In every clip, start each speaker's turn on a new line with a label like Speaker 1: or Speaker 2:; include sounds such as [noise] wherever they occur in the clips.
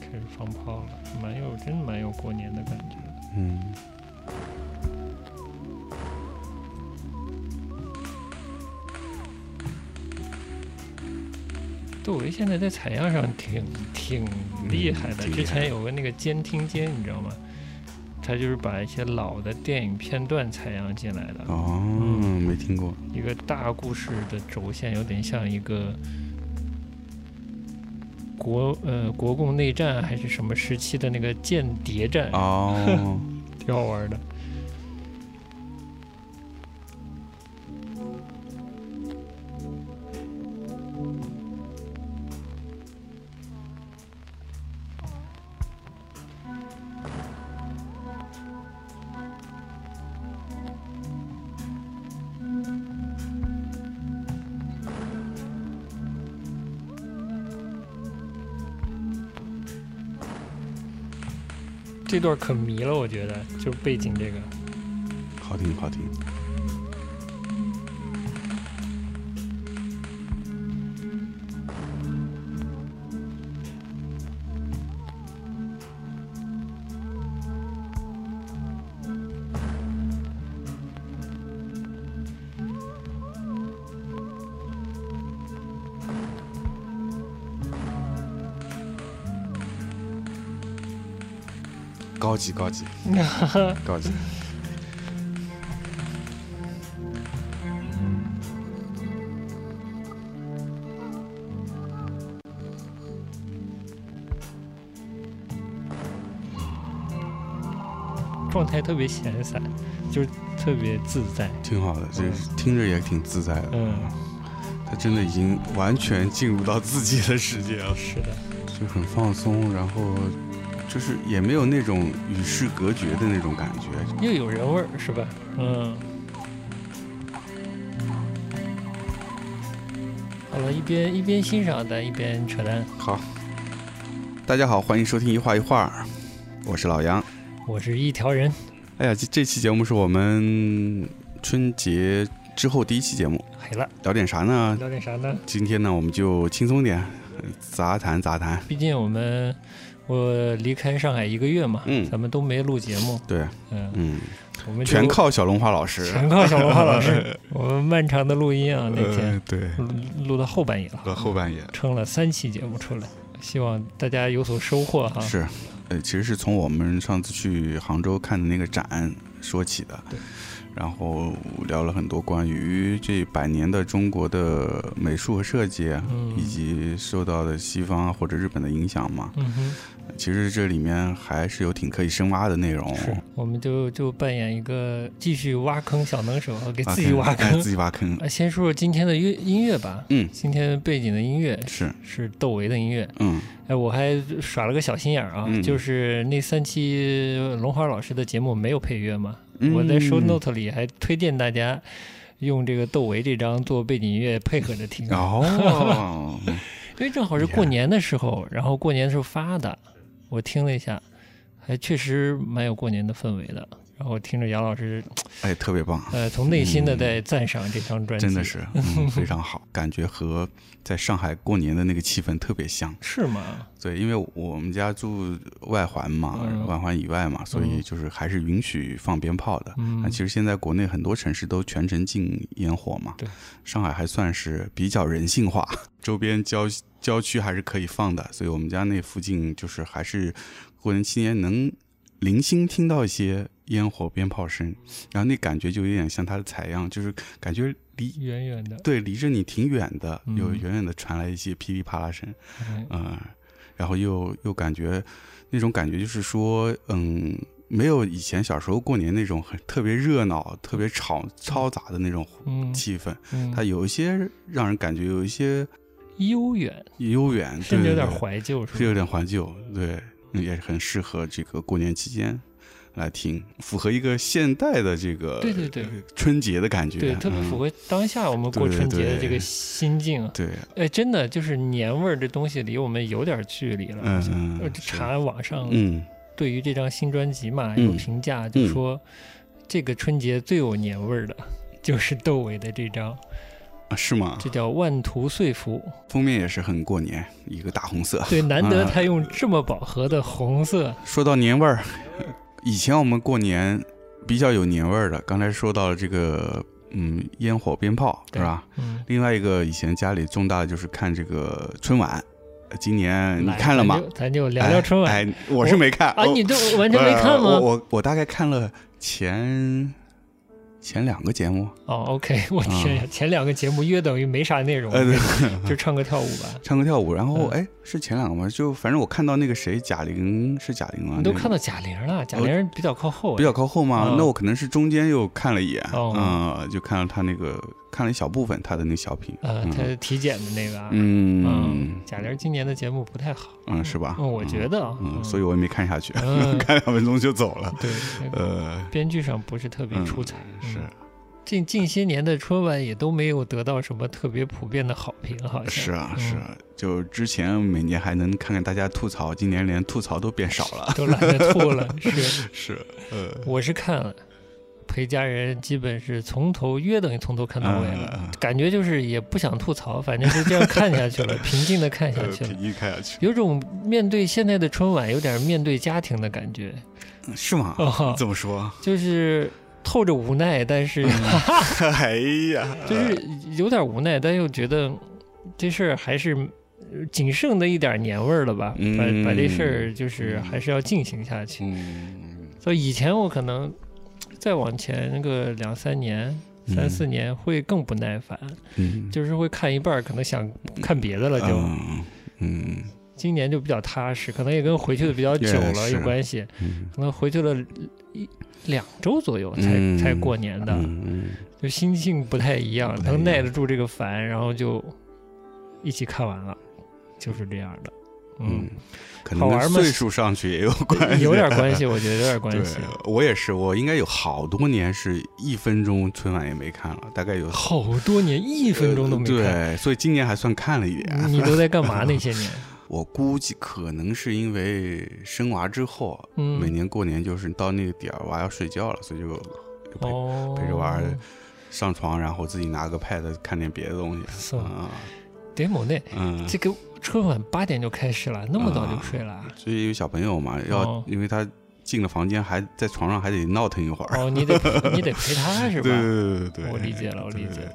Speaker 1: 开始放炮了，蛮有，真蛮有过年的感觉的。
Speaker 2: 嗯，
Speaker 1: 窦唯现在在采样上挺挺厉害的，
Speaker 2: 嗯挺厉害
Speaker 1: 之前有个那个监听街，你知道吗？他就是把一些老的电影片段采样进来的，
Speaker 2: 哦，
Speaker 1: 嗯
Speaker 2: 没听过，
Speaker 1: 一个大故事的轴线有点像一个国呃国共内战还是什么时期的那个间谍战，
Speaker 2: 哦，
Speaker 1: 挺好玩的。这段可迷了，我觉得就背景这个。
Speaker 2: 好听好听，高级高级高级。
Speaker 1: 状态特别闲散，就是特别自在。
Speaker 2: 挺好的，就是听着也挺自在的。
Speaker 1: 嗯，
Speaker 2: 他真的已经完全进入到自己的世界了，
Speaker 1: 是的，
Speaker 2: 就很放松，然后就是也没有那种与世隔绝的那种感觉。
Speaker 1: 又有人味儿，是吧？嗯。好了，一边一边欣赏咱一边扯淡。
Speaker 2: 好，大家好，欢迎收听一画一画，我是老杨。
Speaker 1: 我是一条人，
Speaker 2: 哎呀，这这期节目是我们春节之后第一期节目，
Speaker 1: 黑了，
Speaker 2: 聊点啥呢？
Speaker 1: 聊点啥呢？
Speaker 2: 今天呢，我们就轻松点，呃杂谈杂谈。
Speaker 1: 毕竟我们我离开上海一个月嘛，
Speaker 2: 嗯
Speaker 1: 咱们都没录节目，
Speaker 2: 对，
Speaker 1: 嗯，
Speaker 2: 嗯，
Speaker 1: 我们就
Speaker 2: 全靠小龙花老师。
Speaker 1: 全靠小王老
Speaker 2: [laughs]
Speaker 1: 师，我们漫长的录音啊，那天
Speaker 2: 呃，对，
Speaker 1: 录录到后半夜了，
Speaker 2: 和后半夜。
Speaker 1: 撑了三期节目出来，希望大家有所收获哈。
Speaker 2: 是，呃，其实是从我们上次去杭州看的那个展说起的
Speaker 1: 对，
Speaker 2: 然后聊了很多关于这百年的中国的美术和设计，
Speaker 1: 嗯
Speaker 2: 以及受到的西方啊或者日本的影响嘛。
Speaker 1: 嗯哼，
Speaker 2: 其实这里面还是有挺可以深挖的内容，
Speaker 1: 是，我们就就扮演一个继续挖坑小能手，给
Speaker 2: 挖
Speaker 1: 自己挖
Speaker 2: 哎
Speaker 1: 坑
Speaker 2: 自。己挖坑，
Speaker 1: 啊，先说说今天的乐音乐吧。
Speaker 2: 嗯
Speaker 1: 今天背景的音乐
Speaker 2: 是，
Speaker 1: 是窦唯的音乐。
Speaker 2: 嗯，
Speaker 1: 哎，我还耍了个小心眼儿啊，
Speaker 2: 嗯
Speaker 1: 就是那三期龙华老师的节目没有配乐嘛， [laughs] 我在 show
Speaker 2: 嗯
Speaker 1: note 里还推荐大家用这个窦唯这张做背景音乐配合着听，
Speaker 2: 哦，
Speaker 1: 因为正好是过年的时候，然后过年的时候发的，我听了一下，还确实蛮有过年的氛围的。然后听着杨老师，
Speaker 2: 哎，特
Speaker 1: [laughs]
Speaker 2: 别棒。
Speaker 1: 呃，从内心的
Speaker 2: 嗯
Speaker 1: 在赞赏这张专辑，
Speaker 2: 真的是、嗯、非常好，感觉和在上海过年的那个气氛特别像。
Speaker 1: 是吗？
Speaker 2: 对，因为我们家住外环嘛，
Speaker 1: 嗯
Speaker 2: 外环以外嘛，所以就是还是允许放鞭炮的。那
Speaker 1: 嗯
Speaker 2: 其，实现在国内很多城市都全程禁烟火嘛，
Speaker 1: 对，
Speaker 2: 上海还算是比较人性化，周边郊郊区还是可以放的，所以我们家那附近就是还是过年期间能零星听到一些烟火鞭炮声，然后那感觉就有点像它的采样，就是感觉离
Speaker 1: 远远的，
Speaker 2: 对离着你挺远的，有
Speaker 1: 嗯
Speaker 2: 远远的传来一些噼里啪啦声，
Speaker 1: 嗯
Speaker 2: 嗯，然后又又感觉那种感觉就是说，嗯，没有以前小时候过年那种很特别热闹、特别吵嘈杂的那种
Speaker 1: 嗯
Speaker 2: 气氛，
Speaker 1: 嗯，
Speaker 2: 它有一些让人感觉有一些
Speaker 1: 悠远，
Speaker 2: 悠远，
Speaker 1: 嗯甚至有点
Speaker 2: 对对对
Speaker 1: 怀旧，
Speaker 2: 是有
Speaker 1: 是吧？
Speaker 2: 点怀旧，对，嗯也很适合这个过年期间。来听，符合一个现代的这个
Speaker 1: 对对对
Speaker 2: 春节的感觉，
Speaker 1: 对，特别符
Speaker 2: 嗯、
Speaker 1: 合当下我们过
Speaker 2: 对
Speaker 1: 春节的
Speaker 2: 对
Speaker 1: 这个心境啊。
Speaker 2: 对，
Speaker 1: 哎，真的就是年味儿这东西离我们有点距离了。
Speaker 2: 嗯
Speaker 1: 好像
Speaker 2: 嗯
Speaker 1: 我就是查网上
Speaker 2: 嗯，
Speaker 1: 对于这张新专辑嘛有
Speaker 2: 嗯
Speaker 1: 评价，就
Speaker 2: 嗯
Speaker 1: 说这个春节最有年味儿的就是窦唯的这张。
Speaker 2: 啊是吗？
Speaker 1: 这叫万图岁福。
Speaker 2: 封面也是很过年，一个大红色。
Speaker 1: 对，难得
Speaker 2: 啊
Speaker 1: 他用这么饱和的红色，
Speaker 2: 说到年味儿， [laughs] 以前我们过年比较有年味儿的，刚才说到了这个，嗯，烟火鞭炮是
Speaker 1: 对
Speaker 2: 吧？
Speaker 1: 嗯，
Speaker 2: 另外一个以前家里重大的就是看这个春晚，呃今年你
Speaker 1: 来
Speaker 2: 看了吗
Speaker 1: 咱？就咱就聊聊春晚、
Speaker 2: 哎，哎我是没看
Speaker 1: 啊，
Speaker 2: 我
Speaker 1: 你都完全没看
Speaker 2: 呃我
Speaker 1: 吗？
Speaker 2: 我我大概看了前前两个节目，
Speaker 1: 哦，OK，我天呀，前两个节目约等于没啥内容，
Speaker 2: 嗯呃，对，
Speaker 1: 就唱歌跳舞
Speaker 2: [laughs]
Speaker 1: 吧。
Speaker 2: 唱歌跳舞，然后
Speaker 1: 嗯
Speaker 2: 哎，是前两个吗？就反正我看到那个谁，贾玲是贾玲吗？
Speaker 1: 你都
Speaker 2: 啊那个哦
Speaker 1: 看到贾玲了，贾玲比较靠后
Speaker 2: 比，较靠后嘛，
Speaker 1: 嗯
Speaker 2: 那我可能是中间又看了一眼，
Speaker 1: 哦
Speaker 2: 嗯，就看到他那个看了一小部分他的那个小品，
Speaker 1: 呃，她体检的那个啊，
Speaker 2: 嗯
Speaker 1: 嗯，贾玲今年的节目不太好，
Speaker 2: 嗯是吧？
Speaker 1: 嗯，我觉得啊，
Speaker 2: 嗯，所以我也没看下去，
Speaker 1: 嗯
Speaker 2: [laughs] 看两分钟就走了。
Speaker 1: 对，那个
Speaker 2: [laughs] 呃，
Speaker 1: 编剧上不是特别出彩，嗯
Speaker 2: 是
Speaker 1: 近近些年的春晚也都没有得到什么特别普遍的好评，好像
Speaker 2: 是啊
Speaker 1: 嗯
Speaker 2: 是啊，就之前每年还能看看大家吐槽，今年连吐槽都变少
Speaker 1: [laughs]
Speaker 2: 了。
Speaker 1: 都懒得吐了。
Speaker 2: [laughs]
Speaker 1: 是，
Speaker 2: 是，呃，
Speaker 1: 我是看了，陪家人基本是从头约等于从头看到尾了，
Speaker 2: 嗯嗯嗯
Speaker 1: 感觉就是也不想吐槽，反正就这样看下去
Speaker 2: [laughs]
Speaker 1: 了，平静的看下
Speaker 2: 呃
Speaker 1: 去了
Speaker 2: 平。均看
Speaker 1: [laughs]
Speaker 2: 下去
Speaker 1: 有种面对现在的春晚，有点面对家庭的感觉，
Speaker 2: [laughs] 是吗？
Speaker 1: 哦
Speaker 2: 怎么说？
Speaker 1: [laughs] 就是透着无奈，但是
Speaker 2: 哎呀，
Speaker 1: 就是有点无奈，但又觉得这事儿还是呃仅剩的一点年味儿了吧，
Speaker 2: 嗯
Speaker 1: 把把这事儿就是还是要进行下去。
Speaker 2: 嗯，
Speaker 1: 所以以前我可能再往前个两三年。
Speaker 2: 嗯
Speaker 1: 三四年会更不耐烦，
Speaker 2: 嗯
Speaker 1: 就是会看一半儿，可能想看别的了就。
Speaker 2: 嗯嗯
Speaker 1: 今年就比较踏实，可能也跟回去的比较久
Speaker 2: 也
Speaker 1: 了
Speaker 2: 是
Speaker 1: 有关系，
Speaker 2: 嗯
Speaker 1: 可能回去了一两周左右才、
Speaker 2: 嗯
Speaker 1: 才过年的。
Speaker 2: 嗯。
Speaker 1: 就心境不太一样
Speaker 2: 不，太一样
Speaker 1: 能耐得住这个烦，然后就一起看完了，就是这样的。
Speaker 2: 嗯
Speaker 1: 嗯，，
Speaker 2: 可能跟
Speaker 1: 好玩吗
Speaker 2: 岁数上去也有关系，
Speaker 1: 有点关系，我觉得有点
Speaker 2: 对
Speaker 1: 关系。，
Speaker 2: 我也是，我应该有好多年是一分钟春晚也没看了，大概有呃
Speaker 1: 好多年一分钟都没看，嗯
Speaker 2: 对，所以今年还算看了一眼。
Speaker 1: 你都在干嘛那些
Speaker 2: [laughs]
Speaker 1: 年？
Speaker 2: 我估计可能是因为生娃之后，啊
Speaker 1: 嗯
Speaker 2: 每年过年就是到那个点儿娃要睡觉了，所以就陪、
Speaker 1: 哦，
Speaker 2: 陪着娃儿上床，然后自己拿个 pad 看点别的东西。
Speaker 1: 是吗
Speaker 2: 啊，
Speaker 1: 对某内
Speaker 2: 嗯，
Speaker 1: 这个春晚八点就开始了，那么早就睡了？啊
Speaker 2: 所以有小朋友嘛，要、
Speaker 1: 哦
Speaker 2: 因为他进了房间还在床上还得闹腾一会儿。
Speaker 1: 哦，你得陪你得陪他是
Speaker 2: 对
Speaker 1: 吧？
Speaker 2: 啊对对对对，
Speaker 1: 我理解了，我理解
Speaker 2: 对
Speaker 1: 了。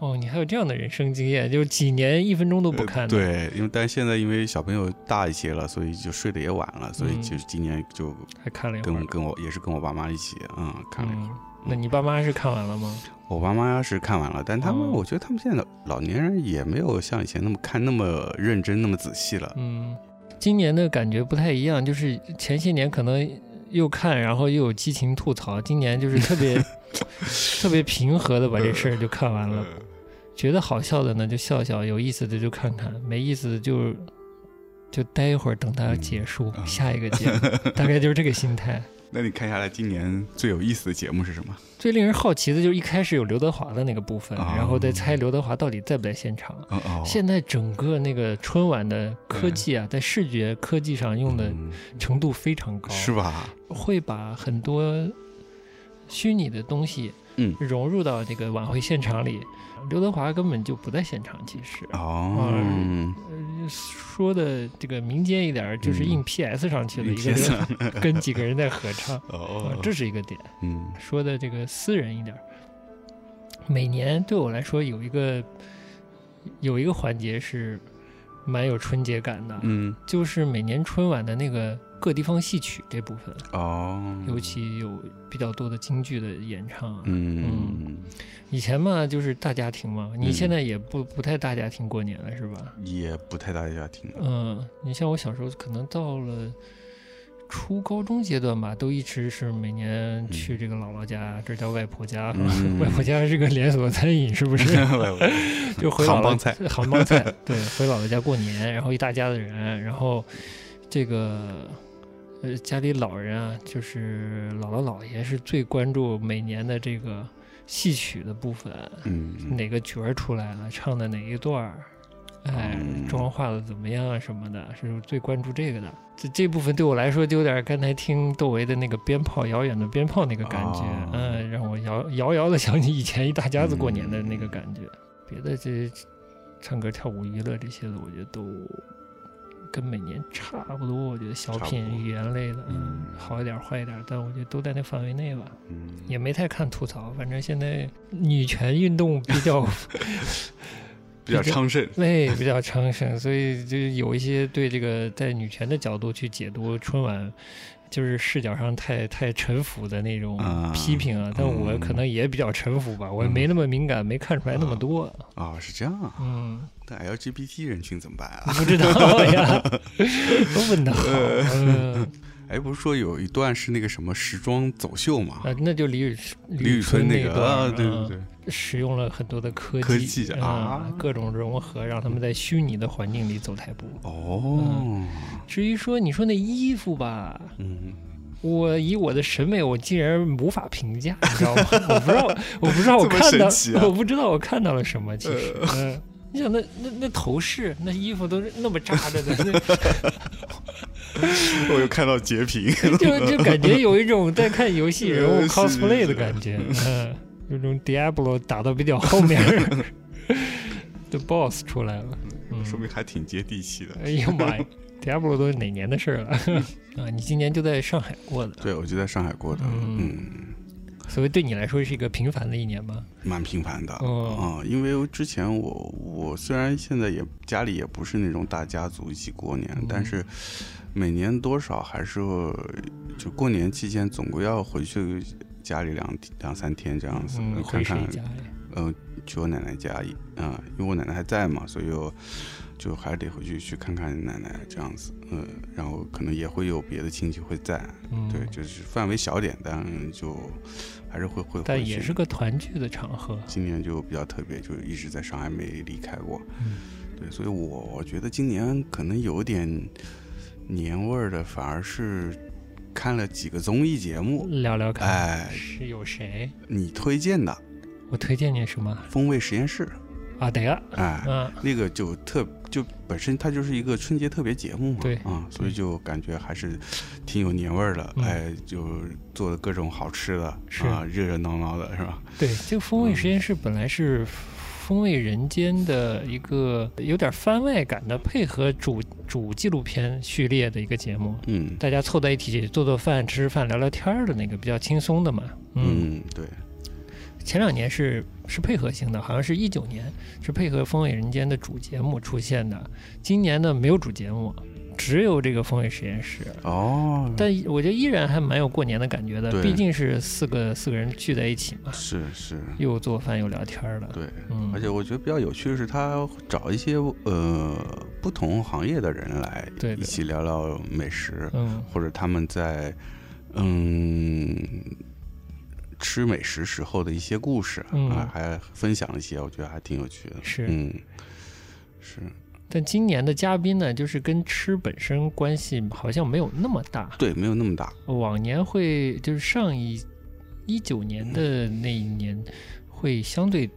Speaker 1: 哦，你还有这样的人生经验，就是几年一分钟都不看的。
Speaker 2: 呃对，因为但是现在因为小朋友大一些了，所以就睡得也晚了，所以
Speaker 1: 嗯
Speaker 2: 就今年就
Speaker 1: 还看了一会
Speaker 2: 跟、
Speaker 1: 儿。
Speaker 2: 跟我也是跟我爸妈一起嗯看了一会儿。
Speaker 1: 嗯，那你爸妈是看完了吗？
Speaker 2: 我爸妈是看完了，但他们、
Speaker 1: 哦
Speaker 2: 我觉得他们现在老年人也没有像以前那么看那么认真那么仔细了。
Speaker 1: 嗯，今年的感觉不太一样，就是前些年可能又看，然后又有激情吐槽，今年就是特
Speaker 2: [laughs]
Speaker 1: 别特别平和的把这事儿就看完了，
Speaker 2: 嗯
Speaker 1: 觉得好笑的呢就笑笑，有意思的就看看，没意思的就就待一会儿，等它结束、
Speaker 2: 嗯啊
Speaker 1: 下一个节
Speaker 2: [laughs]
Speaker 1: 目，大概就是这个心态。
Speaker 2: 那你看下来，今年最有意思的节目是什么？
Speaker 1: 最令人好奇的就是一开始有刘德华的那个部分，
Speaker 2: 啊
Speaker 1: 然后再猜刘德华到底在不在现场。
Speaker 2: 哦哦，
Speaker 1: 现在整个那个春晚的科技啊，在视觉科技上用的
Speaker 2: 嗯
Speaker 1: 程度非常高，
Speaker 2: 是吧？
Speaker 1: 会把很多虚拟的东西，
Speaker 2: 嗯
Speaker 1: 融入到这个晚会现场里。刘德华根本就不在现场，其实
Speaker 2: 哦，
Speaker 1: 嗯说的这个民间一点儿，就是
Speaker 2: 嗯
Speaker 1: 硬 PS 上去的
Speaker 2: 一
Speaker 1: 一个
Speaker 2: 天
Speaker 1: 刘
Speaker 2: 算
Speaker 1: [laughs] 跟几个人在合唱，啊
Speaker 2: [laughs] 哦，
Speaker 1: 这是一个点。
Speaker 2: 嗯
Speaker 1: 说的这个私人一点儿，每年对我来说有一个有一个环节是蛮有春节感的，
Speaker 2: 嗯
Speaker 1: 就是每年春晚的那个各地方戏曲这部分。
Speaker 2: 哦，
Speaker 1: 尤其有比较多的京剧的演唱啊。
Speaker 2: 嗯
Speaker 1: 以前嘛，就是大家庭嘛，
Speaker 2: 嗯
Speaker 1: 你现在也不不太大家庭过年了，是吧？
Speaker 2: 也不太大家听啊了。
Speaker 1: 嗯，你像我小时候，可能到了初高中阶段吧，都一直是每年去这个姥姥家，这叫外婆家。
Speaker 2: 嗯 [laughs]
Speaker 1: 外婆家是个连锁餐饮，是不是？ [laughs] 就回姥
Speaker 2: 杭
Speaker 1: 姥
Speaker 2: 帮菜，
Speaker 1: 杭帮菜，对，回姥姥家过年，然后一大家子人，然后这个呃家里老人啊，就是姥姥姥爷是最关注每年的这个戏曲的部分，
Speaker 2: 嗯，
Speaker 1: 哪个角儿出来了，唱的哪一段儿，哎
Speaker 2: 嗯，
Speaker 1: 妆化的怎么样啊什么的，是最关注这个的。这这部分对我来说就有点刚才听窦唯的那个鞭炮遥远的鞭炮那个感觉
Speaker 2: 哦，
Speaker 1: 嗯，让我遥遥遥的想起以前一大家子过年的那个感觉。别的这唱歌、跳舞、娱乐这些的，我觉得都跟每年差不多。我觉得小
Speaker 2: 差不多
Speaker 1: 品、语言类的，
Speaker 2: 嗯
Speaker 1: 好一点、坏一点，但我觉得都在那范围内吧。
Speaker 2: 嗯，
Speaker 1: 也没太看吐槽，反正现在女权运动比较
Speaker 2: [laughs] 比较昌盛，
Speaker 1: 累，比较昌盛，所以就是有一些对这个在女权的角度去解读春晚，就是视角上太太臣服的那种
Speaker 2: 啊
Speaker 1: 批评啊。但我
Speaker 2: 嗯
Speaker 1: 可能也比较臣服吧，我也没那么敏感，没看出来那么多。
Speaker 2: 啊、是这样啊。
Speaker 1: 嗯，
Speaker 2: 但 LGBT 人群怎么办
Speaker 1: [laughs]
Speaker 2: 啊？
Speaker 1: 不知道呀，问
Speaker 2: [laughs]
Speaker 1: 的好，
Speaker 2: 呃
Speaker 1: 嗯
Speaker 2: 哎，不是说有一段是那个什么时装走秀吗？
Speaker 1: 啊，那就李宇
Speaker 2: 李宇春
Speaker 1: 春
Speaker 2: 那
Speaker 1: 个
Speaker 2: 个啊，对对，
Speaker 1: 嗯
Speaker 2: 对，
Speaker 1: 使用了很多的科技
Speaker 2: 科技啊
Speaker 1: 嗯各种融合，让他们在虚拟的环境里走台步。
Speaker 2: 哦，
Speaker 1: 至于说你说那衣服吧，
Speaker 2: 嗯，
Speaker 1: 我以我的审美，我竟然无法评价，你知
Speaker 2: [laughs]
Speaker 1: 道吗？我不知道，我不知道我
Speaker 2: 这么
Speaker 1: 看到，
Speaker 2: 神奇啊呃
Speaker 1: 我不知道我看到了什么。其实，嗯、你想那那那头饰，那衣服都是那么扎着
Speaker 2: [laughs]
Speaker 1: 的，那
Speaker 2: 我又看到截屏，
Speaker 1: 就就感觉有一种在看游戏人物
Speaker 2: [laughs] 呃是
Speaker 1: cosplay 的感
Speaker 2: [laughs]
Speaker 1: 觉，嗯，有种 Diablo 打到比较后面 [laughs] 的 boss 出来了，嗯，
Speaker 2: 说 [laughs] 明还挺接地气
Speaker 1: [laughs]
Speaker 2: 的。
Speaker 1: 哎呀妈呀，Diablo 都是哪年的事儿了 [laughs] 啊？你今年就在上海过的，
Speaker 2: 对，我就在上海过的，
Speaker 1: 嗯
Speaker 2: 嗯，
Speaker 1: 所以对你来说是一个平凡的一年吗？
Speaker 2: 蛮平凡的。
Speaker 1: 哦
Speaker 2: 啊、因为之前我我虽然现在也家里也不是那种大家族一起过年，
Speaker 1: 嗯
Speaker 2: 但是每年多少还是会就过年期间总归要回去家里两两三天这样子，
Speaker 1: 嗯，
Speaker 2: 看
Speaker 1: 回谁
Speaker 2: 看
Speaker 1: 家呀？
Speaker 2: 呃去我奶奶家一啊、因为我奶奶还在嘛，所以我就还得回去去看看奶奶这样子，嗯、然后可能也会有别的亲戚会在，
Speaker 1: 嗯，
Speaker 2: 对，就是范围小点，但就还是会会回
Speaker 1: 但
Speaker 2: 去
Speaker 1: 也是个团聚的场合。
Speaker 2: 今年就比较特别，就是一直在上海没离开过。
Speaker 1: 嗯
Speaker 2: 对，所以我我觉得今年可能有点年味儿的，反而是看了几个综艺节目，
Speaker 1: 聊聊看，
Speaker 2: 哎，
Speaker 1: 是有谁？
Speaker 2: 你推荐的
Speaker 1: 我推荐你什么
Speaker 2: 《风味实验室
Speaker 1: 啊？等一下，》，
Speaker 2: 哎，
Speaker 1: 嗯，
Speaker 2: 那个就特就本身它就是一个春节特别节目嘛，
Speaker 1: 对
Speaker 2: 啊，所以
Speaker 1: 对
Speaker 2: 就感觉还是挺有年味儿的，
Speaker 1: 嗯
Speaker 2: 哎，就做的各种好吃的，
Speaker 1: 是
Speaker 2: 啊，热热闹闹的是吧？
Speaker 1: 对，这个风味实验室本来是《风味人间》的一个有点番外感的，配合主主纪录片序列的一个节目，
Speaker 2: 嗯
Speaker 1: 大家凑在一起做做饭、吃吃饭、聊聊天儿的那个比较轻松的嘛。嗯，
Speaker 2: 嗯，对，
Speaker 1: 前两年是是配合性的，好像是一九年是配合《风味人间》的主节目出现的，今年呢没有主节目，只有这个风味实验室。
Speaker 2: 哦，
Speaker 1: 但我觉得依然还蛮有过年的感觉的，
Speaker 2: 对
Speaker 1: 毕竟是四个四个人聚在一起嘛，
Speaker 2: 是是，
Speaker 1: 又做饭又聊天儿的。
Speaker 2: 对。
Speaker 1: 嗯，
Speaker 2: 而且我觉得比较有趣的是，他找一些呃不同行业的人来
Speaker 1: 对的
Speaker 2: 一起聊聊美食，
Speaker 1: 嗯
Speaker 2: 或者他们在嗯吃美食时候的一些故事、
Speaker 1: 嗯
Speaker 2: 啊，还分享一些，我觉得还挺有趣的。
Speaker 1: 是，
Speaker 2: 嗯，是
Speaker 1: 但今年的嘉宾呢，就是跟吃本身关系好像没有那么大，
Speaker 2: 对，没有那么大，
Speaker 1: 往年会就是上一一九年的那一年会相对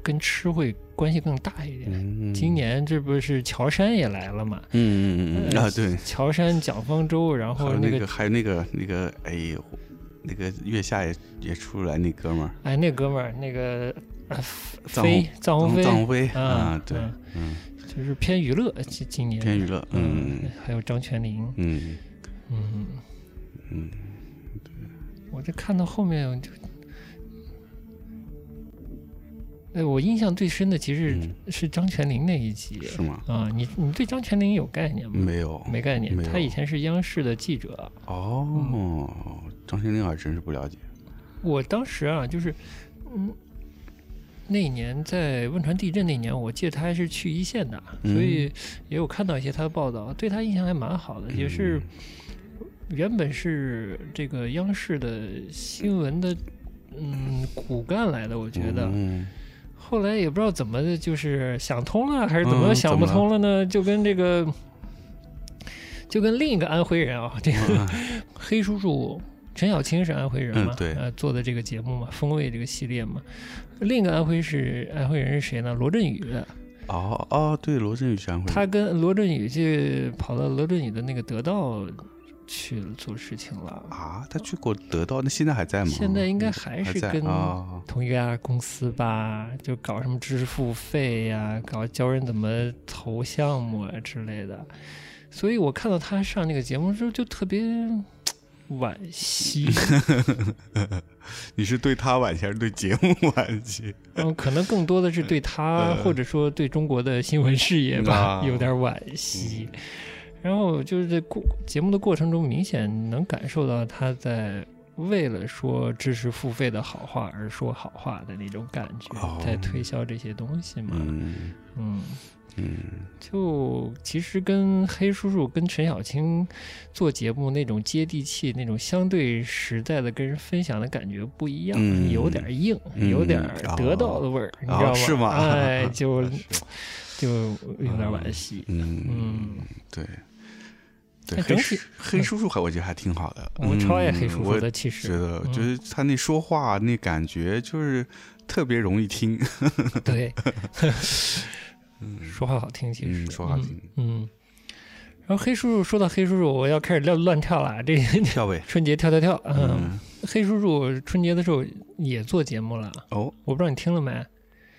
Speaker 1: 跟吃会关系更大一点。
Speaker 2: 嗯，
Speaker 1: 今年这不是乔杉也来了嘛？
Speaker 2: 嗯，嗯嗯嗯
Speaker 1: 呃
Speaker 2: 啊，对，
Speaker 1: 乔杉、蒋方舟，然
Speaker 2: 还
Speaker 1: 后
Speaker 2: 有
Speaker 1: 那
Speaker 2: 那
Speaker 1: 个
Speaker 2: 个还有那个那个哎呦，那个月下也也出来那哥们儿
Speaker 1: 哎，那哥们儿，那个呃，
Speaker 2: 臧
Speaker 1: 飞臧鸿飞，
Speaker 2: 张飞啊
Speaker 1: 嗯，
Speaker 2: 对，
Speaker 1: 嗯
Speaker 2: 嗯，
Speaker 1: 就是偏娱乐，今今年
Speaker 2: 偏娱乐，嗯嗯
Speaker 1: 还有张泉灵，
Speaker 2: 嗯。
Speaker 1: 嗯
Speaker 2: 嗯，
Speaker 1: 我这看到后面我就，哎，我印象最深的其实
Speaker 2: 嗯
Speaker 1: 是张泉灵那一集
Speaker 2: 是吗？
Speaker 1: 啊，你你对张泉灵有概念吗？
Speaker 2: 没有，
Speaker 1: 嗯没概念
Speaker 2: 没，有
Speaker 1: 他以前是央视的记者，
Speaker 2: 哦，
Speaker 1: 嗯
Speaker 2: 张先令还真是不了解。
Speaker 1: 我当时啊，就是，嗯，那年在汶川地震那年，我记得他还是去一线的，
Speaker 2: 嗯
Speaker 1: 所以也有看到一些他的报道，对他印象还蛮好的，也
Speaker 2: 嗯
Speaker 1: 是原本是这个央视的新闻的。嗯，骨干来的，我觉得、
Speaker 2: 嗯，
Speaker 1: 后来也不知道怎么的，就是想通了还是怎么
Speaker 2: 嗯
Speaker 1: 想不
Speaker 2: 怎么了
Speaker 1: 通了呢？就跟这个，就跟另一个安徽人啊，这个、 [laughs] 黑叔叔陈小青是安徽人嘛？
Speaker 2: 嗯对
Speaker 1: 呃，做的这个节目嘛，风味这个系列嘛。另一个安徽是安徽人是谁呢？罗振宇，
Speaker 2: 哦哦，对，罗振宇山会，
Speaker 1: 他跟罗振宇去跑到罗振宇的那个得道去做事情了。
Speaker 2: 啊，他去过得到，那现在还在吗？
Speaker 1: 现在应该还是
Speaker 2: 嗯在
Speaker 1: 跟
Speaker 2: 啊
Speaker 1: 同一家公司吧，就搞什么支付费呀、搞教人怎么投项目啊之类的。所以我看到他上那个节目之后，就特别惋惜。
Speaker 2: 你是对他惋惜还是对节目惋惜？
Speaker 1: 嗯，可能更多的是对他，
Speaker 2: 呃
Speaker 1: 或者说对中国的新闻事业吧，
Speaker 2: 啊
Speaker 1: [laughs]
Speaker 2: 嗯
Speaker 1: 有点惋惜。然后就是在过节目的过程中，明显能感受到他在为了说支持付费的好话而说好话的那种感觉，
Speaker 2: 哦
Speaker 1: 在推销这些东西嘛。
Speaker 2: 嗯
Speaker 1: 嗯
Speaker 2: 嗯
Speaker 1: 就其实跟黑叔叔跟陈小青做节目那种接地气、那种相对实在的跟人分享的感觉不一样，
Speaker 2: 嗯
Speaker 1: 有点硬，
Speaker 2: 嗯
Speaker 1: 有点得到的味儿，你知道
Speaker 2: 哦是
Speaker 1: 吗？
Speaker 2: 吗 [laughs]
Speaker 1: 哎，就
Speaker 2: 是
Speaker 1: 就有点惋惜。
Speaker 2: 嗯，
Speaker 1: 嗯，哎
Speaker 2: 对。
Speaker 1: 但整
Speaker 2: 对，黑
Speaker 1: 体
Speaker 2: 叔黑叔叔还我觉得还挺好的，
Speaker 1: 我超爱黑
Speaker 2: 嗯
Speaker 1: 叔
Speaker 2: 我
Speaker 1: 叔的，其
Speaker 2: 觉
Speaker 1: 实
Speaker 2: 得
Speaker 1: 嗯
Speaker 2: 就是他那说话那感觉就是特别容易听，
Speaker 1: 对，
Speaker 2: [laughs]
Speaker 1: 说话好听，其实
Speaker 2: 嗯，说话听。
Speaker 1: 嗯。然后黑叔叔说到黑叔叔，我要开始乱乱跳了。这个
Speaker 2: 跳呗，
Speaker 1: 春节跳跳跳，嗯，
Speaker 2: 嗯，
Speaker 1: 黑叔叔春节的时候也做节目了，
Speaker 2: 哦，
Speaker 1: 我不知道你听了没？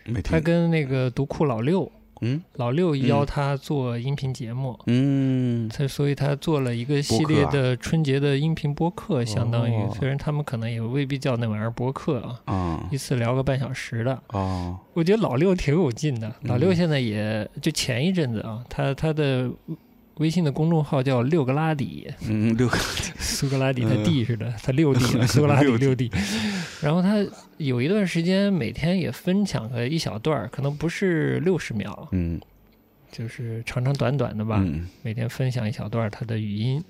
Speaker 2: 没
Speaker 1: 他
Speaker 2: 听，
Speaker 1: 跟那个独库老六，
Speaker 2: 嗯
Speaker 1: 老六邀他做音频节目，
Speaker 2: 嗯
Speaker 1: 他所以他做了一个系列
Speaker 2: 播啊
Speaker 1: 的春节的音频播客，相当于、
Speaker 2: 哦
Speaker 1: 虽然他们可能也未必叫那玩意儿播客啊，
Speaker 2: 啊
Speaker 1: 一次聊个半小时的。
Speaker 2: 哦，
Speaker 1: 我觉得老六挺有劲的，
Speaker 2: 嗯
Speaker 1: 老六现在也就前一阵子啊，他他的微信的公众号叫六个拉底，
Speaker 2: 嗯六个
Speaker 1: [laughs] 苏格拉底他
Speaker 2: 嗯
Speaker 1: 弟似的，他六弟
Speaker 2: [laughs]
Speaker 1: 啊，苏格拉底六
Speaker 2: 六
Speaker 1: 弟。然后他有一段时间每天也分享个一小段儿，可能不是六十秒，
Speaker 2: 嗯
Speaker 1: 就是长长短短的吧，
Speaker 2: 嗯，
Speaker 1: 每天分享一小段他的语音。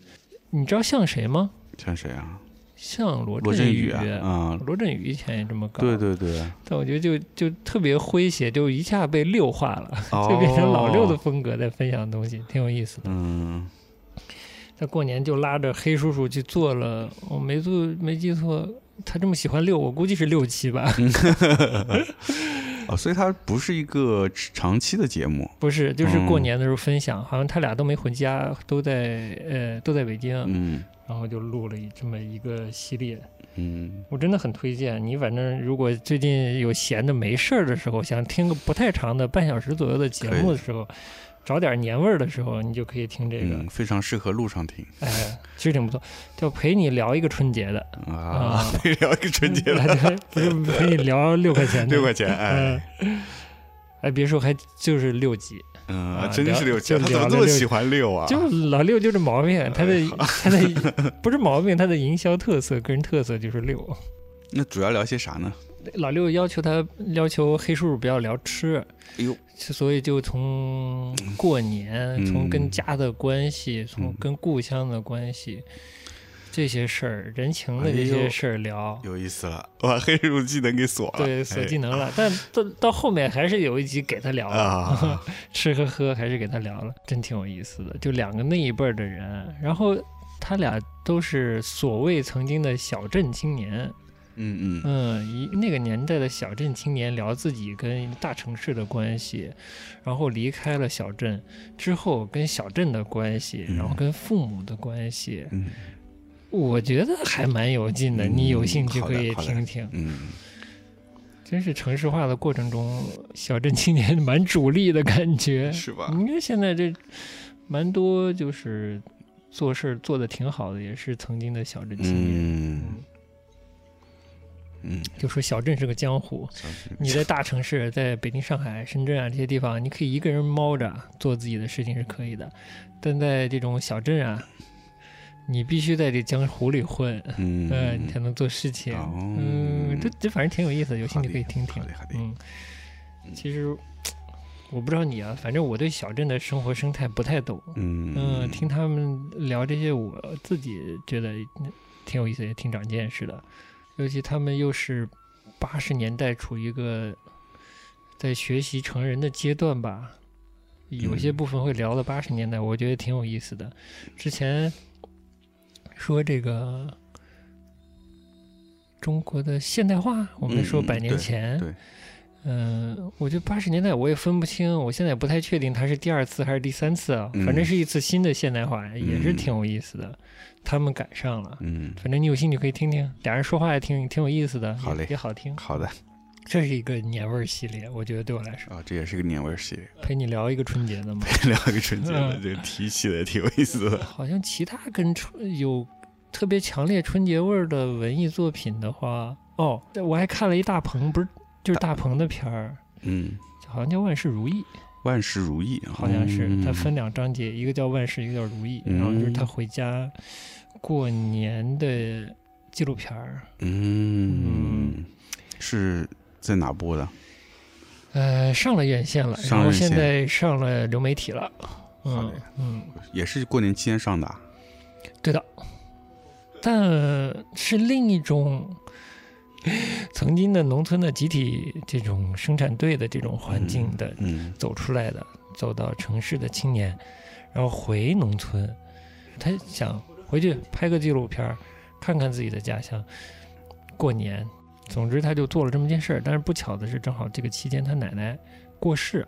Speaker 1: 你知道像谁吗？
Speaker 2: 像谁啊？
Speaker 1: 像罗
Speaker 2: 罗振
Speaker 1: 宇
Speaker 2: 宇啊，啊，
Speaker 1: 罗振宇以前也这么搞，
Speaker 2: 对。对对，
Speaker 1: [laughs] 但我觉得就就特别诙谐，就一下被六化了，
Speaker 2: 哦
Speaker 1: [laughs] 就变成老六的风格在分享东西，挺有意思的。
Speaker 2: 嗯
Speaker 1: 他过年就拉着黑叔叔去做了，我没做没记错，他这么喜欢六，我估计是六期吧，
Speaker 2: 嗯哦，所以它不是一个长期的节目，
Speaker 1: [laughs] 不是，就是过
Speaker 2: 嗯
Speaker 1: 年的时候分享，好像他俩都没回家，都在呃都在北京，
Speaker 2: 嗯
Speaker 1: 然后就录了一这么一个系列。
Speaker 2: 嗯
Speaker 1: 我真的很推荐你，反正如果最近有闲的没事儿的时候，想听个不太长的半小时左右的节目的时候，找点年味儿的时候，你就可以听这个，
Speaker 2: 嗯，非常适合路上听
Speaker 1: 哎，其实挺不错，就陪你聊一个春节的，
Speaker 2: 啊， [laughs] 可以聊一个春节了，
Speaker 1: 对， [laughs] 不
Speaker 2: [laughs]
Speaker 1: 是陪你聊六块钱的，
Speaker 2: 六块钱，
Speaker 1: 嗯
Speaker 2: 哎，，
Speaker 1: 哎，别说还就是六集，啊
Speaker 2: 嗯，真
Speaker 1: 聊
Speaker 2: 是六
Speaker 1: 就
Speaker 2: 钱，他怎
Speaker 1: 聊
Speaker 2: 么
Speaker 1: 了
Speaker 2: 这么
Speaker 1: 六
Speaker 2: 喜欢六啊？哎
Speaker 1: 就是老六就这毛病，他的 [laughs] 他的不是毛病，他的营销特色、个人特色就是六。
Speaker 2: 那主要聊些啥呢？
Speaker 1: 老六要求他要求黑叔叔不要聊吃，
Speaker 2: 哎呦，
Speaker 1: 所以就从过年，
Speaker 2: 嗯
Speaker 1: 从跟家的关系，从
Speaker 2: 嗯
Speaker 1: 跟故乡的关系，这些事儿，人情的这
Speaker 2: 哎
Speaker 1: 些
Speaker 2: 呦
Speaker 1: 事儿聊，
Speaker 2: 有意思了，我把黑入技能给锁了，
Speaker 1: 对，锁技能了。但到到后面还是有一集给他聊
Speaker 2: 哎
Speaker 1: 了， [laughs]
Speaker 2: 啊，
Speaker 1: 吃和喝还是给他聊了，真挺有意思的。就两个那一辈儿的人，然后他俩都是所谓曾经的小镇青年，
Speaker 2: 嗯嗯
Speaker 1: 嗯，一那个年代的小镇青年聊自己跟大城市的关系，然后离开了小镇之后跟小镇的关系，然后
Speaker 2: 嗯
Speaker 1: 跟父母的关系，
Speaker 2: 嗯
Speaker 1: 我觉得还蛮有劲的。你有兴趣
Speaker 2: 嗯好
Speaker 1: 可
Speaker 2: 的
Speaker 1: 以
Speaker 2: 好的
Speaker 1: 听听。
Speaker 2: 嗯，
Speaker 1: 真是城市化的过程中，小镇青年蛮主力的感觉。
Speaker 2: 是吧？
Speaker 1: 因为现在这蛮多就是做事儿做的挺好的，也是曾经的小镇青年。
Speaker 2: 嗯嗯，
Speaker 1: 就说小镇是个江湖，你在大城市，在北京、上海、深圳啊这些地方，你可以一个人猫着做自己的事情是可以的，但在这种小镇啊，你必须在这江湖里混，
Speaker 2: 嗯
Speaker 1: 呃，你才能做事情。
Speaker 2: 哦
Speaker 1: 嗯，这这反正挺有意思的，有兴趣
Speaker 2: 好的
Speaker 1: 可以听听
Speaker 2: 好的好。的
Speaker 1: 嗯，其实我不知道你啊，反正我对小镇的生活生态不太懂。
Speaker 2: 嗯
Speaker 1: 嗯，听他们聊这些，我自己觉得挺有意思，也挺长见识的。尤其他们又是八十年代处于一个在学习成人的阶段吧，有些
Speaker 2: 嗯
Speaker 1: 部分会聊到八十年代，我觉得挺有意思的。之前说这个中国的现代化，我们说
Speaker 2: 嗯嗯
Speaker 1: 百年
Speaker 2: 对
Speaker 1: 前，
Speaker 2: 对
Speaker 1: 嗯、我觉得八十年代我也分不清，我现在也不太确定它是第二次还是第三次啊，
Speaker 2: 嗯
Speaker 1: 反正是一次新的现代化，也是
Speaker 2: 嗯
Speaker 1: 挺有意思的。他们赶上了，
Speaker 2: 嗯，
Speaker 1: 反正你有兴趣可以听听，俩人说话也挺挺有意思的，
Speaker 2: 好
Speaker 1: 也
Speaker 2: 嘞
Speaker 1: 也好听。
Speaker 2: 好的
Speaker 1: 这是一个年味儿系列，我觉得对我来说，
Speaker 2: 啊，这也是个年味儿系列， [laughs]
Speaker 1: 陪你聊一个春节的嘛。
Speaker 2: 聊一个春节的，
Speaker 1: 嗯
Speaker 2: 这提起来挺有意思的。
Speaker 1: 好像其他跟春有特别强烈春节味儿的文艺作品的话，哦，我还看了一大鹏，不是就是大鹏的片儿，
Speaker 2: 嗯，
Speaker 1: 好像叫《万事如意》，
Speaker 2: 万事如意，
Speaker 1: 好像是
Speaker 2: 嗯
Speaker 1: 它分两章节，一个叫《万事》，一个叫《如意》，然后就是他回家过年的纪录片儿。
Speaker 2: 嗯，是在哪播的？
Speaker 1: 呃，上了院线了，
Speaker 2: 上
Speaker 1: 然
Speaker 2: 了
Speaker 1: 后
Speaker 2: 院
Speaker 1: 现
Speaker 2: 线
Speaker 1: 在上了流媒体了。
Speaker 2: 好
Speaker 1: 嗯
Speaker 2: 嘞
Speaker 1: 嗯，
Speaker 2: 也是过年期间上的啊。
Speaker 1: 对的，但是另一种曾经的农村的集体这种生产队的这种环境的
Speaker 2: 嗯
Speaker 1: 走出来的，走到城市的青年，然后回农村，他想回去拍个纪录片儿，看看自己的家乡，过年。总之，他就做了这么件事儿。但是不巧的是，正好这个期间他奶奶过世，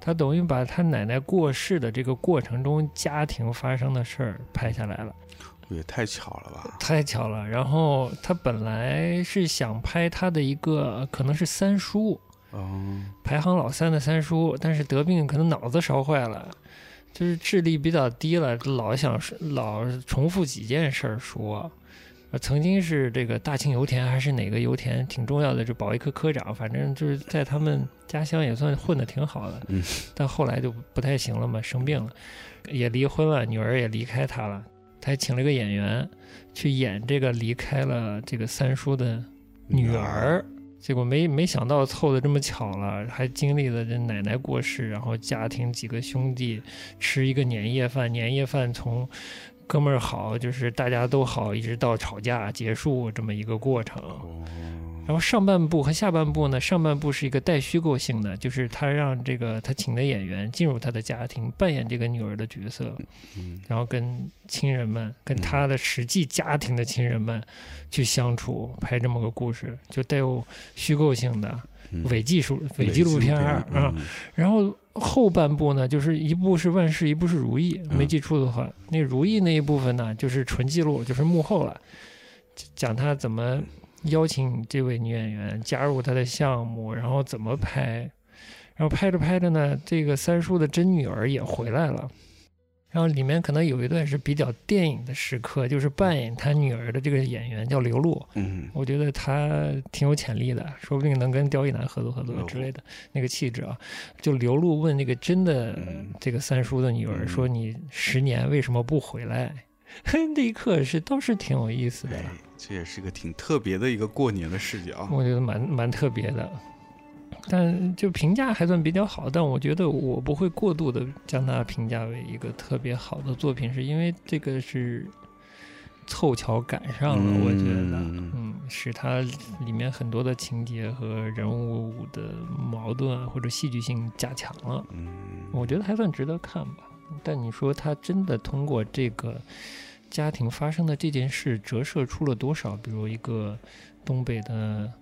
Speaker 1: 他等于把他奶奶过世的这个过程中家庭发生的事儿拍下来了。
Speaker 2: 也太巧了吧！
Speaker 1: 太巧了。然后他本来是想拍他的一个可能是三叔，
Speaker 2: 哦，
Speaker 1: 排行老三的三叔，但是得病可能脑子烧坏了，就是智力比较低了，老想老重复几件事儿说。呃曾经是这个大庆油田还是哪个油田挺重要的，这保卫科科长，反正就是在他们家乡也算混得挺好的，
Speaker 2: 嗯
Speaker 1: 但后来就不太行了嘛，生病了，也离婚了，女儿也离开他了，他还请了个演员去演这个离开了这个三叔的女儿，结果没没想到凑的这么巧了，还经历了这奶奶过世，然后家庭几个兄弟吃一个年夜饭，年夜饭从哥们儿好，就是大家都好，一直到吵架结束这么一个过程。
Speaker 2: 哦，
Speaker 1: 然后上半部和下半部呢，上半部是一个带虚构性的，就是他让这个他请的演员进入他的家庭，扮演这个女儿的角色，
Speaker 2: 嗯
Speaker 1: 然后跟亲人们，跟
Speaker 2: 嗯
Speaker 1: 他的实际家庭的亲人们去相处，拍这么个故事，就带有虚构性的
Speaker 2: 嗯
Speaker 1: 伪技术、伪
Speaker 2: 伪
Speaker 1: 纪录片儿啊。
Speaker 2: 嗯
Speaker 1: 然后后半部呢，就是一部是万事，一部是如意。
Speaker 2: 嗯
Speaker 1: 没记错的话，那如意那一部分呢，就是纯记录，就是幕后了，讲他怎么邀请这位女演员加入他的项目，然后怎么拍，然后拍着拍着呢，这个三叔的真女儿也回来了。然后里面可能有一段是比较电影的时刻，就是扮演他女儿的这个演员叫刘露，
Speaker 2: 嗯，
Speaker 1: 我觉得他挺有潜力的，说不定能跟刁亦男合作合
Speaker 2: 哦
Speaker 1: 作之类的，那个气质啊。就刘露问那个真的
Speaker 2: 嗯
Speaker 1: 这个三叔的女儿
Speaker 2: 嗯
Speaker 1: 说：“你十年为什么不回来？” [laughs] 那一刻是倒是挺有意思的，
Speaker 2: 哎，这也是个挺特别的一个过年的视角。
Speaker 1: 我觉得蛮蛮特别的。但就评价还算比较好，但我觉得我不会过度的将它评价为一个特别好的作品，是因为这个是凑巧赶上了，我觉得。
Speaker 2: 嗯
Speaker 1: 嗯，使它里面很多的情节和人物的矛盾啊或者戏剧性加强了，
Speaker 2: 嗯
Speaker 1: 我觉得还算值得看吧。但你说它真的通过这个家庭发生的这件事折射出了多少？比如一个东北的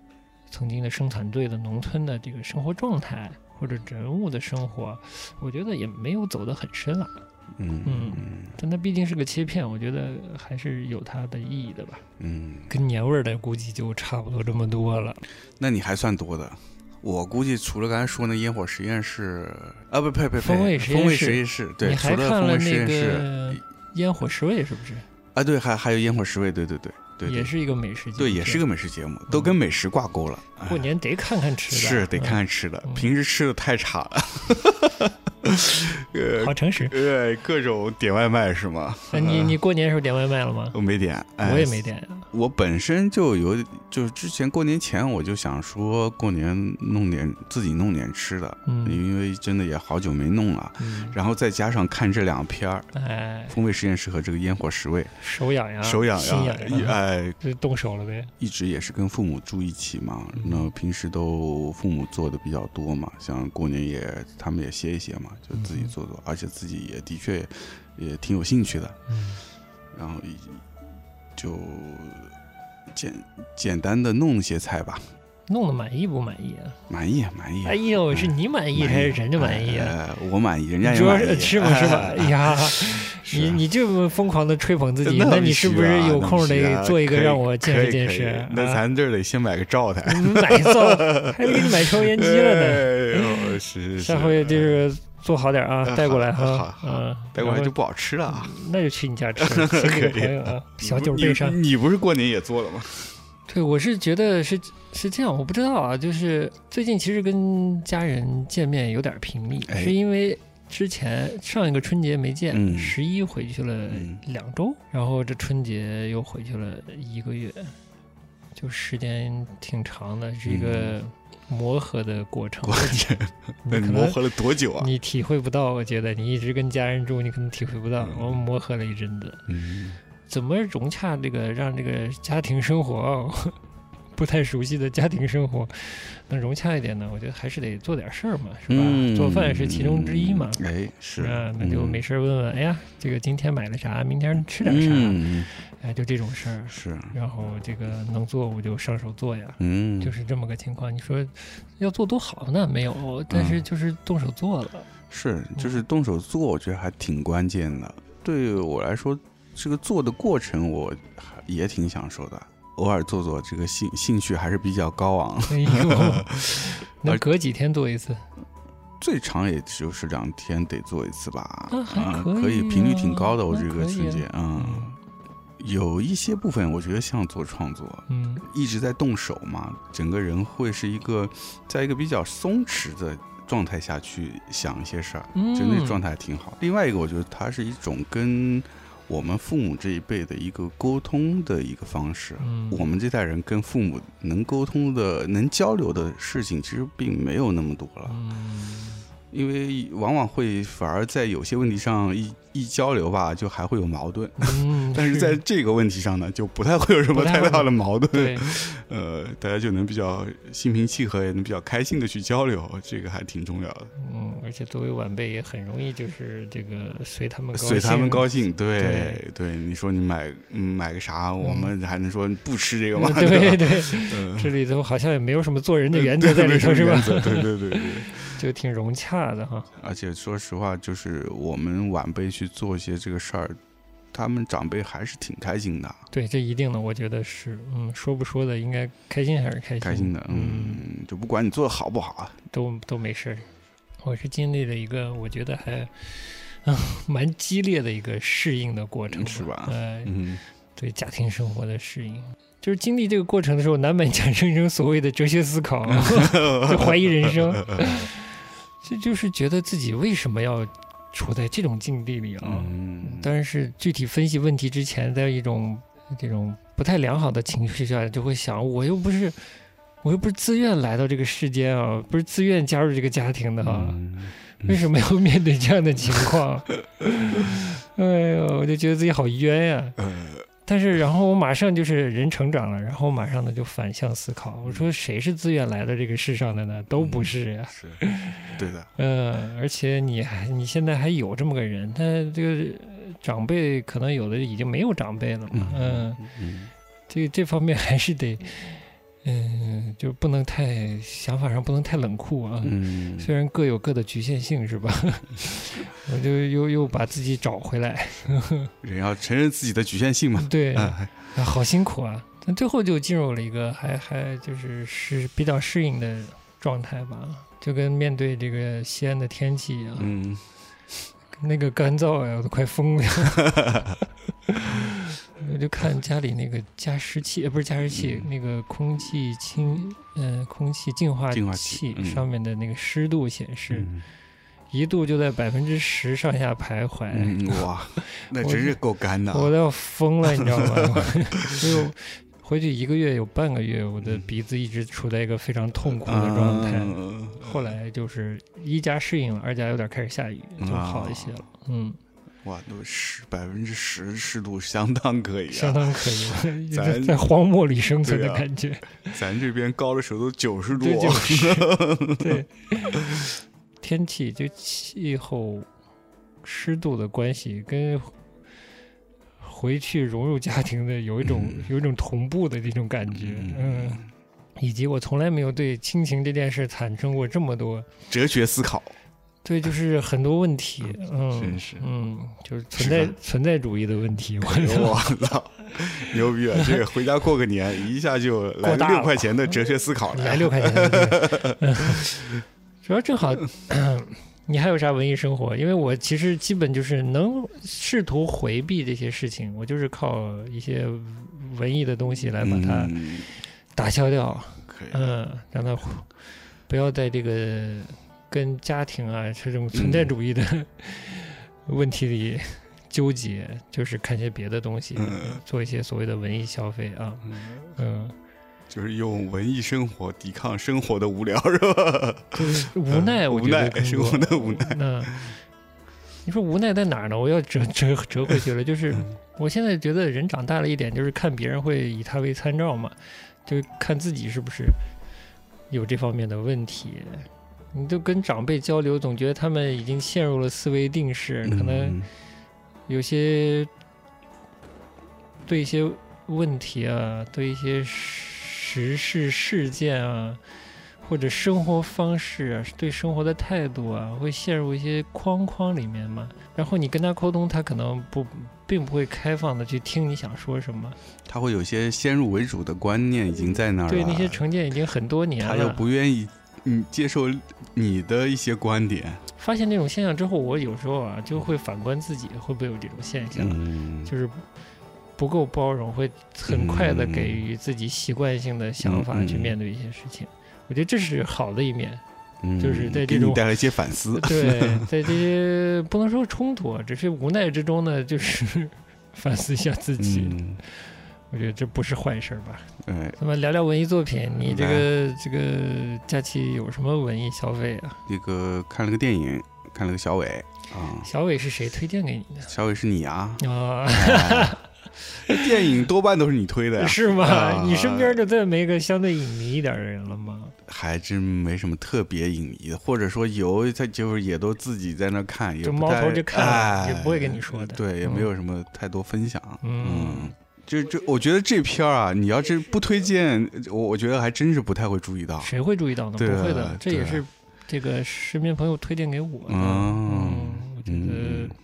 Speaker 1: 曾经的生产队的农村的这个生活状态，或者人物的生活，我觉得也没有走得很深啊。
Speaker 2: 嗯嗯
Speaker 1: 但它毕竟是个切片，我觉得还是有它的意义的吧。
Speaker 2: 嗯，
Speaker 1: 跟年味儿的估计就差不多这么多了。
Speaker 2: 那你还算多的。我估计除了刚才说那烟火实验室啊，不呸呸呸，
Speaker 1: 风味实验室
Speaker 2: 风味实验室，对，
Speaker 1: 你
Speaker 2: 除
Speaker 1: 还看
Speaker 2: 了风
Speaker 1: 了
Speaker 2: 味实
Speaker 1: 那
Speaker 2: 验室
Speaker 1: 个烟火十味是不是？
Speaker 2: 啊，对，还还有烟火十味，对对对对，对
Speaker 1: 也是一个美食节，
Speaker 2: 对，也是个美食节目，都跟美食挂钩了。哎
Speaker 1: 过年得看看吃的，
Speaker 2: 是
Speaker 1: 嗯
Speaker 2: 得看。看吃的
Speaker 1: 嗯，
Speaker 2: 平时吃的太差了。 [laughs] 呃
Speaker 1: 好诚实，
Speaker 2: 呃，各种点外卖是吗？
Speaker 1: 那你你过年的时候点外卖了吗？
Speaker 2: 我没点，哎
Speaker 1: 我也没点啊。
Speaker 2: 我本身就有，就是之前过年前我就想说过年弄点自己弄点吃的，
Speaker 1: 嗯
Speaker 2: 因为真的也好久没弄了。
Speaker 1: 嗯，
Speaker 2: 然后再加上看这两片儿，
Speaker 1: 哎，
Speaker 2: 《风味实验室》和这个《烟火十味
Speaker 1: 手痒痒，》，
Speaker 2: 手痒
Speaker 1: 啊心痒
Speaker 2: 痒，
Speaker 1: 痒，
Speaker 2: 哎，
Speaker 1: 就动手了呗。
Speaker 2: 一直也是跟父母住一起嘛，
Speaker 1: 嗯
Speaker 2: 那平时都父母做的比较多嘛，像过年也他们也歇一歇嘛，就自己
Speaker 1: 嗯
Speaker 2: 做做，而且自己也的确也挺有兴趣的，
Speaker 1: 嗯
Speaker 2: 然后一就简简单的弄一些菜吧，
Speaker 1: 弄得满意不满意啊？
Speaker 2: 满意满意。
Speaker 1: 哎呦，是你满意还是人家满意啊？
Speaker 2: 呃，我满意，人家
Speaker 1: 你
Speaker 2: 也
Speaker 1: 说
Speaker 2: 满意。
Speaker 1: 是吧？是吧？
Speaker 2: 哎
Speaker 1: 哎呀，
Speaker 2: [laughs] 是啊
Speaker 1: 你你这么疯狂的吹捧自己，
Speaker 2: 那啊
Speaker 1: 那你是不是有空得做一个让我见识见
Speaker 2: 可以可以
Speaker 1: 识？
Speaker 2: 那
Speaker 1: 啊
Speaker 2: 咱这儿得先买个
Speaker 1: [laughs]
Speaker 2: 灶台，
Speaker 1: 买一造，还没给你买抽烟机了呢。
Speaker 2: 哎呦，是是是，
Speaker 1: 下回就是做好点啊
Speaker 2: 嗯，
Speaker 1: 带过来
Speaker 2: 好
Speaker 1: 哈
Speaker 2: 好，好
Speaker 1: 嗯，
Speaker 2: 带过来
Speaker 1: 然
Speaker 2: 就
Speaker 1: 后
Speaker 2: 不好吃了啊。
Speaker 1: 那就去你家吃，
Speaker 2: [laughs]
Speaker 1: 请你朋友啊，小酒备上。
Speaker 2: 你你你不是过年也
Speaker 1: [laughs]
Speaker 2: 做了吗？
Speaker 1: 对，我是觉得是是这样，我不知道啊，就是最近其实跟家人见面有点频密，
Speaker 2: 哎
Speaker 1: 是因为之前上一个春节没
Speaker 2: 嗯
Speaker 1: 见，十一、回去了
Speaker 2: 嗯
Speaker 1: 两周，然后这春节又回去了一个月，就时间挺长的，是一
Speaker 2: 嗯
Speaker 1: 个磨合的过程。
Speaker 2: 我去，
Speaker 1: 你可
Speaker 2: 那你
Speaker 1: 能
Speaker 2: 磨合了多久啊？
Speaker 1: 你体会不到，我觉得你一直跟家人住，你可能体会不到。
Speaker 2: 嗯
Speaker 1: 我们磨合了一阵子，
Speaker 2: 嗯，
Speaker 1: 怎么融洽这个让这个家庭生活 [laughs] 不太熟悉的家庭生活能融洽一点呢？我觉得还是得做点事儿嘛，是吧？
Speaker 2: 嗯
Speaker 1: 做饭是其中之一嘛。
Speaker 2: 哎，是
Speaker 1: 啊，那就没
Speaker 2: 事
Speaker 1: 事儿问问，哎呀，这个今天买了啥，明天吃点啥，
Speaker 2: 嗯，
Speaker 1: 哎，就这种事儿。
Speaker 2: 是，
Speaker 1: 然后这个能做我就上手做呀，
Speaker 2: 嗯，
Speaker 1: 就是这么个情况。你说要做多好呢？没有，但
Speaker 2: 嗯
Speaker 1: 是就是动手做了。
Speaker 2: 是，就是动手做，我觉得还挺关键的。对我来说，这个做的过程我还也挺享受的，偶尔做做，这个兴兴趣还是比较高昂。
Speaker 1: 哎
Speaker 2: [laughs]
Speaker 1: 呦，那隔几天做一次？
Speaker 2: 最长也就是两天得做一次吧，
Speaker 1: 那还
Speaker 2: 嗯
Speaker 1: 啊可以
Speaker 2: 可频率挺
Speaker 1: 啊
Speaker 2: 高的。我
Speaker 1: 那
Speaker 2: 这个
Speaker 1: 可以
Speaker 2: 春
Speaker 1: 啊
Speaker 2: 节，嗯，有一些部分我觉得像做创作，
Speaker 1: 嗯
Speaker 2: 一直在动手嘛，整个人会是一个在一个比较松弛的状态下去想一些事儿，
Speaker 1: 嗯，
Speaker 2: 就那状态还挺好。另外一个，我觉得它是一种跟我们父母这一辈的一个沟通的一个方式。
Speaker 1: 嗯，
Speaker 2: 我们这代人跟父母能沟通的、能交流的事情，其实并没有那么多了。
Speaker 1: 嗯
Speaker 2: 因为往往会反而在有些问题上一一交流吧，就还会有
Speaker 1: [laughs]
Speaker 2: 矛盾。
Speaker 1: 嗯，
Speaker 2: 但是在这个问题上呢，就不太会有什么
Speaker 1: 不太
Speaker 2: 太
Speaker 1: 会
Speaker 2: 大的矛盾，
Speaker 1: 对，
Speaker 2: 呃，大家就能比较心平气和，也能比较开心的去交流，这个还挺重要的，
Speaker 1: 嗯，而且作为晚辈也很容易就是这个随他们高兴，
Speaker 2: 随他们高兴。对对，你说你买嗯买个啥，我们还能说不吃这个吗？
Speaker 1: 嗯对
Speaker 2: [laughs] 吧？
Speaker 1: 对，
Speaker 2: 嗯
Speaker 1: 这里头好像也没有什么做人的原则在里头，
Speaker 2: 对
Speaker 1: 是吧
Speaker 2: 没？什么原则对对对对。
Speaker 1: 就挺融洽的哈。
Speaker 2: 而且说实话，就是我们晚辈去做一些这个事儿，他们长辈还是挺开心的，
Speaker 1: 对，这一定的，我觉得是，嗯，说不说的，应该开心还是开心，
Speaker 2: 开心的，嗯，就不管你做的好不好啊，
Speaker 1: 都都没事儿。我是经历了一个我觉得还嗯蛮激烈的一个适应的过程，
Speaker 2: 是吧
Speaker 1: 呃，
Speaker 2: 嗯，
Speaker 1: 对家庭生活的适应，就是经历这个过程的时候，难免产生一种所谓的哲学思考，啊
Speaker 2: [laughs]
Speaker 1: 就怀疑人生。这就是觉得自己为什么要处在这种境地里啊？
Speaker 2: 嗯，
Speaker 1: 但是具体分析问题之前，在一种这种不太良好的情绪下，就会想，我又不是，我又不是自愿来到这个世间啊，不是自愿加入这个家庭的啊，
Speaker 2: 嗯嗯
Speaker 1: [laughs] 为什么要面对这样的情况？哎呦，我就觉得自己好冤呀、但是，然后我马上就是人成长了，然后马上呢就反向思考，我说谁是自愿来到这个世上的呢？都不是呀、
Speaker 2: 是，对的，
Speaker 1: 嗯，而且你还你现在还有这么个人，他这个呃长辈可能有的已经没有长辈了嘛，嗯，
Speaker 2: 嗯，
Speaker 1: 这这方面还是得，嗯，就不能太想法上不能太冷酷啊，
Speaker 2: 嗯，
Speaker 1: 虽然各有各的局限性
Speaker 2: [laughs]
Speaker 1: 是吧？我就又又把自己找回来，
Speaker 2: 人要承认自己的局限性嘛，
Speaker 1: 对，
Speaker 2: 哎，
Speaker 1: 啊好辛苦啊，但最后就进入了一个还还就是是比较适应的状态吧，就跟面对这个西安的天气一样。
Speaker 2: 嗯，
Speaker 1: 那个干燥呀，我都快疯了。
Speaker 2: [laughs]
Speaker 1: 我就看家里那个加湿器，呃，不是加湿器，
Speaker 2: 嗯
Speaker 1: 那个空气清，呃，空气净化
Speaker 2: 净化器
Speaker 1: 器
Speaker 2: 嗯
Speaker 1: 上面的那个湿度显示，一度就在百分之十上下徘徊，
Speaker 2: 嗯，
Speaker 1: [laughs]
Speaker 2: 哇，那真是够干的啊，
Speaker 1: 我都要疯了，你知道吗？
Speaker 2: [laughs]
Speaker 1: 所以我回去一个月有半个月，我的鼻子一直处在一个非常痛苦的状态。
Speaker 2: 嗯
Speaker 1: 后来就是一加适应了，二加有点开始下雨，就好一些
Speaker 2: 啊
Speaker 1: 了。嗯。
Speaker 2: 哇，都十百分之十湿度，相当可以
Speaker 1: 相
Speaker 2: 啊！
Speaker 1: 当可
Speaker 2: [laughs]
Speaker 1: 以
Speaker 2: 咱
Speaker 1: 了，在荒漠里生存
Speaker 2: 对
Speaker 1: 的
Speaker 2: 啊
Speaker 1: 感觉，
Speaker 2: 咱这边高的时候都九十度啊
Speaker 1: 这，就是 [laughs] 对天气就气候湿度的关系，跟回去融入家庭的有一种、
Speaker 2: 嗯
Speaker 1: 有一种同步的这种感觉，嗯，以及我从来没有对亲情这件事产生过这么多，
Speaker 2: 哲学思考，
Speaker 1: 对，就是很多问题，嗯，
Speaker 2: 真是 [laughs]
Speaker 1: 嗯，就是
Speaker 2: 是
Speaker 1: 存在
Speaker 2: 吧
Speaker 1: 存在主义的问题，我觉得
Speaker 2: 我操，牛逼啊！这个回家过个年，一下
Speaker 1: [laughs]
Speaker 2: 就来
Speaker 1: 过
Speaker 2: 个
Speaker 1: 大
Speaker 2: 六
Speaker 1: 了嗯
Speaker 2: 块钱的哲学思考
Speaker 1: 来六块钱的东西，
Speaker 2: [laughs]
Speaker 1: 嗯主要正好。 [clears throat] 你还有啥文艺生活？因为我其实基本就是能试图回避这些事情，我就是靠一些文艺的东西来把它
Speaker 2: 嗯，
Speaker 1: 打消掉。
Speaker 2: 可以，
Speaker 1: 嗯，让他忽不要在这个跟家庭啊这
Speaker 2: 嗯
Speaker 1: 种存在主义的 [laughs] 问题里纠结，就是看些别的东西，
Speaker 2: 嗯
Speaker 1: 做一些所谓的文艺消费啊。嗯，
Speaker 2: 就是用文艺生活抵抗生活的无聊，是吧？
Speaker 1: 就是无奈，
Speaker 2: 嗯
Speaker 1: 我觉
Speaker 2: 无奈
Speaker 1: 得更
Speaker 2: 生
Speaker 1: 多
Speaker 2: 活的无奈。
Speaker 1: 嗯，你说无奈在哪儿呢？我要折折折回去了，就是
Speaker 2: 嗯
Speaker 1: 我现在觉得人长大了一点，就是看别人会以他为参照嘛，就看自己是不是有这方面的问题。你就跟长辈交流，总觉得他们已经陷入了思维定式，可能
Speaker 2: 嗯
Speaker 1: 有些对一些问题啊，对一些时事事件啊，或者生活方式、啊，对生活的态度啊，会陷入一些框框里面嘛。然后你跟他沟通，他可能不并不会开放的去听你想说什么，
Speaker 2: 他会有些先入为主的观念已经在那儿了，
Speaker 1: 对那些成见已经很多年了。
Speaker 2: 他又不愿意嗯接受你的一些观点，
Speaker 1: 发现这种现象之后，我有时候啊就会反观自己，会不会有这种现象？
Speaker 2: 嗯，
Speaker 1: 就是不够包容，会很快的
Speaker 2: 嗯
Speaker 1: 给予自己习惯性的想法
Speaker 2: 嗯
Speaker 1: 去
Speaker 2: 嗯
Speaker 1: 面对一些事情。我觉得这是好的一面，
Speaker 2: 嗯
Speaker 1: 就是在这
Speaker 2: 给你
Speaker 1: 种
Speaker 2: 带来一些反思， [laughs]
Speaker 1: 对，在这些不能说冲突啊，只是无奈之中呢，就是 [laughs] 反思一下自己。
Speaker 2: 嗯，
Speaker 1: 我觉得这不是坏事儿吧？
Speaker 2: 哎，
Speaker 1: 咱们聊聊文艺作品，你这
Speaker 2: 来
Speaker 1: 个这个假期有什么文艺消费啊？
Speaker 2: 那个看了个电影，看了个小伟啊，
Speaker 1: 小伟是谁推荐给你
Speaker 2: 小伟是你
Speaker 1: [laughs]
Speaker 2: 啊，
Speaker 1: 的？啊，
Speaker 2: 哎电影多半都是你推的呀，
Speaker 1: 是吗？
Speaker 2: 啊
Speaker 1: 你身边就再没个相对影迷一点的人了吗？
Speaker 2: 还真没什么特别影迷的，或者说有，他就是也都自己在那看，也
Speaker 1: 就
Speaker 2: 不
Speaker 1: 猫头
Speaker 2: 太
Speaker 1: 就看了
Speaker 2: 哎
Speaker 1: 也不会跟你说的
Speaker 2: 对，也
Speaker 1: 嗯
Speaker 2: 没有什么太多分享，
Speaker 1: 嗯
Speaker 2: 嗯。就就我觉得这片儿啊，你要是不推荐，我我觉得还真是不太会注意到。
Speaker 1: 谁会注意到呢？
Speaker 2: 对
Speaker 1: 不会的
Speaker 2: 啊，
Speaker 1: 这
Speaker 2: 对
Speaker 1: 也
Speaker 2: 啊
Speaker 1: 是这个身边朋友推荐给我的。
Speaker 2: 哦
Speaker 1: 嗯，我觉
Speaker 2: 嗯
Speaker 1: 得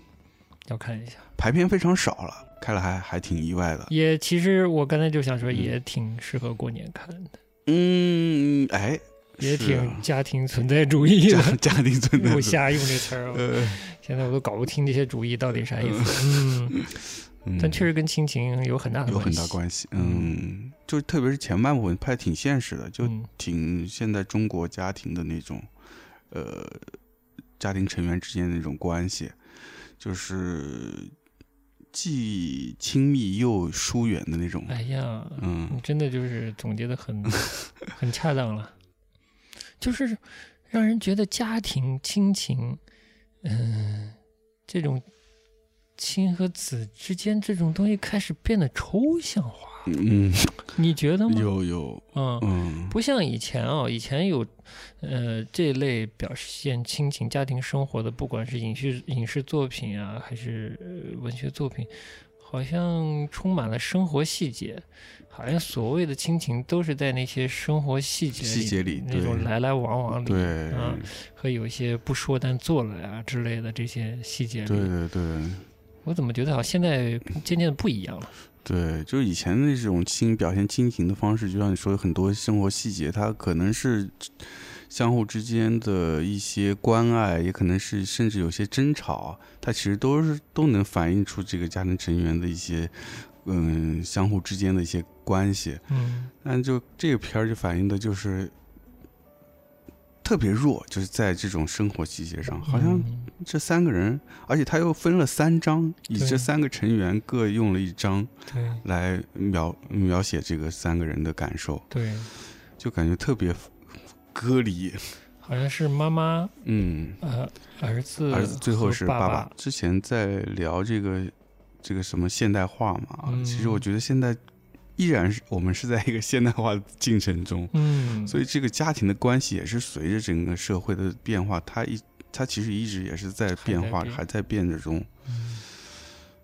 Speaker 1: 要看一下。
Speaker 2: 排片非常少了，看了还还挺意
Speaker 1: [laughs]
Speaker 2: 外的。
Speaker 1: 也其实我刚才就想说，也挺适合过年看的，
Speaker 2: 嗯，
Speaker 1: [laughs]
Speaker 2: 哎，
Speaker 1: 也
Speaker 2: 是
Speaker 1: 挺
Speaker 2: 啊
Speaker 1: 家庭存在主义
Speaker 2: 家
Speaker 1: [laughs] 的。
Speaker 2: 家庭存在
Speaker 1: 我
Speaker 2: 主义。
Speaker 1: 瞎用这词儿哦，
Speaker 2: 呃，
Speaker 1: 现在我都搞不清这些主义到底啥意思。嗯，
Speaker 2: 嗯
Speaker 1: 但确实跟亲情有很大的
Speaker 2: 有很大
Speaker 1: 系。
Speaker 2: 关系。嗯，就特别是前半部分拍得挺现实的，就
Speaker 1: 嗯
Speaker 2: 挺现在中国家庭的那种，呃，家庭成员之间的那种关系，就是既亲密又疏远的那种。
Speaker 1: 哎呀，你
Speaker 2: 嗯，
Speaker 1: 真的就是总结的很很恰当了，就是让人觉得家庭、亲情，嗯、这种亲和子之间这种东西开始变得抽象化，
Speaker 2: 嗯，
Speaker 1: 你觉得吗？
Speaker 2: 有有，
Speaker 1: 嗯，
Speaker 2: 嗯，
Speaker 1: 不像以前啊、以前有，呃，这类表现亲情、家庭生活的，不管是影视影视作品啊，还是呃文学作品，好像充满了生活细节，好像所谓的亲情都是在那些生活细节
Speaker 2: 细节里
Speaker 1: 那种
Speaker 2: 对
Speaker 1: 来来往往里，
Speaker 2: 对，
Speaker 1: 嗯和有一些不说但做了呀、之类的这些细节
Speaker 2: 对
Speaker 1: 里，
Speaker 2: 对对。
Speaker 1: 我怎么觉得好像现在渐渐不一样了？
Speaker 2: 对，就是以前那种亲表现亲情的方式，就像你说的很多生活细节，它可能是相互之间的一些关爱，也可能是甚至有些争吵，它其实都是都能反映出这个家庭成员的一些嗯相互之间的一些关系。
Speaker 1: 嗯
Speaker 2: 但就这个片儿就反映的就是特别弱，就是在这种生活细节上，好像
Speaker 1: 嗯
Speaker 2: 这三个人，而且他又分了三章，以
Speaker 1: 对
Speaker 2: 这三个成员各用了一章。
Speaker 1: 对
Speaker 2: 来描描写这个三个人的感受，
Speaker 1: 对，
Speaker 2: 就感觉特别隔离。
Speaker 1: 好像是妈妈
Speaker 2: 嗯，
Speaker 1: 呃儿子
Speaker 2: 而最后是
Speaker 1: 和爸
Speaker 2: 爸。之前在聊这个这个什么现代化嘛，
Speaker 1: 嗯
Speaker 2: 其实我觉得现在依然是我们是在一个现代化的进程中，
Speaker 1: 嗯，
Speaker 2: 所以这个家庭的关系也是随着整个社会的变化，它一它其实一直也是在变化，
Speaker 1: 还在
Speaker 2: 嗯
Speaker 1: 变
Speaker 2: 还在变着中。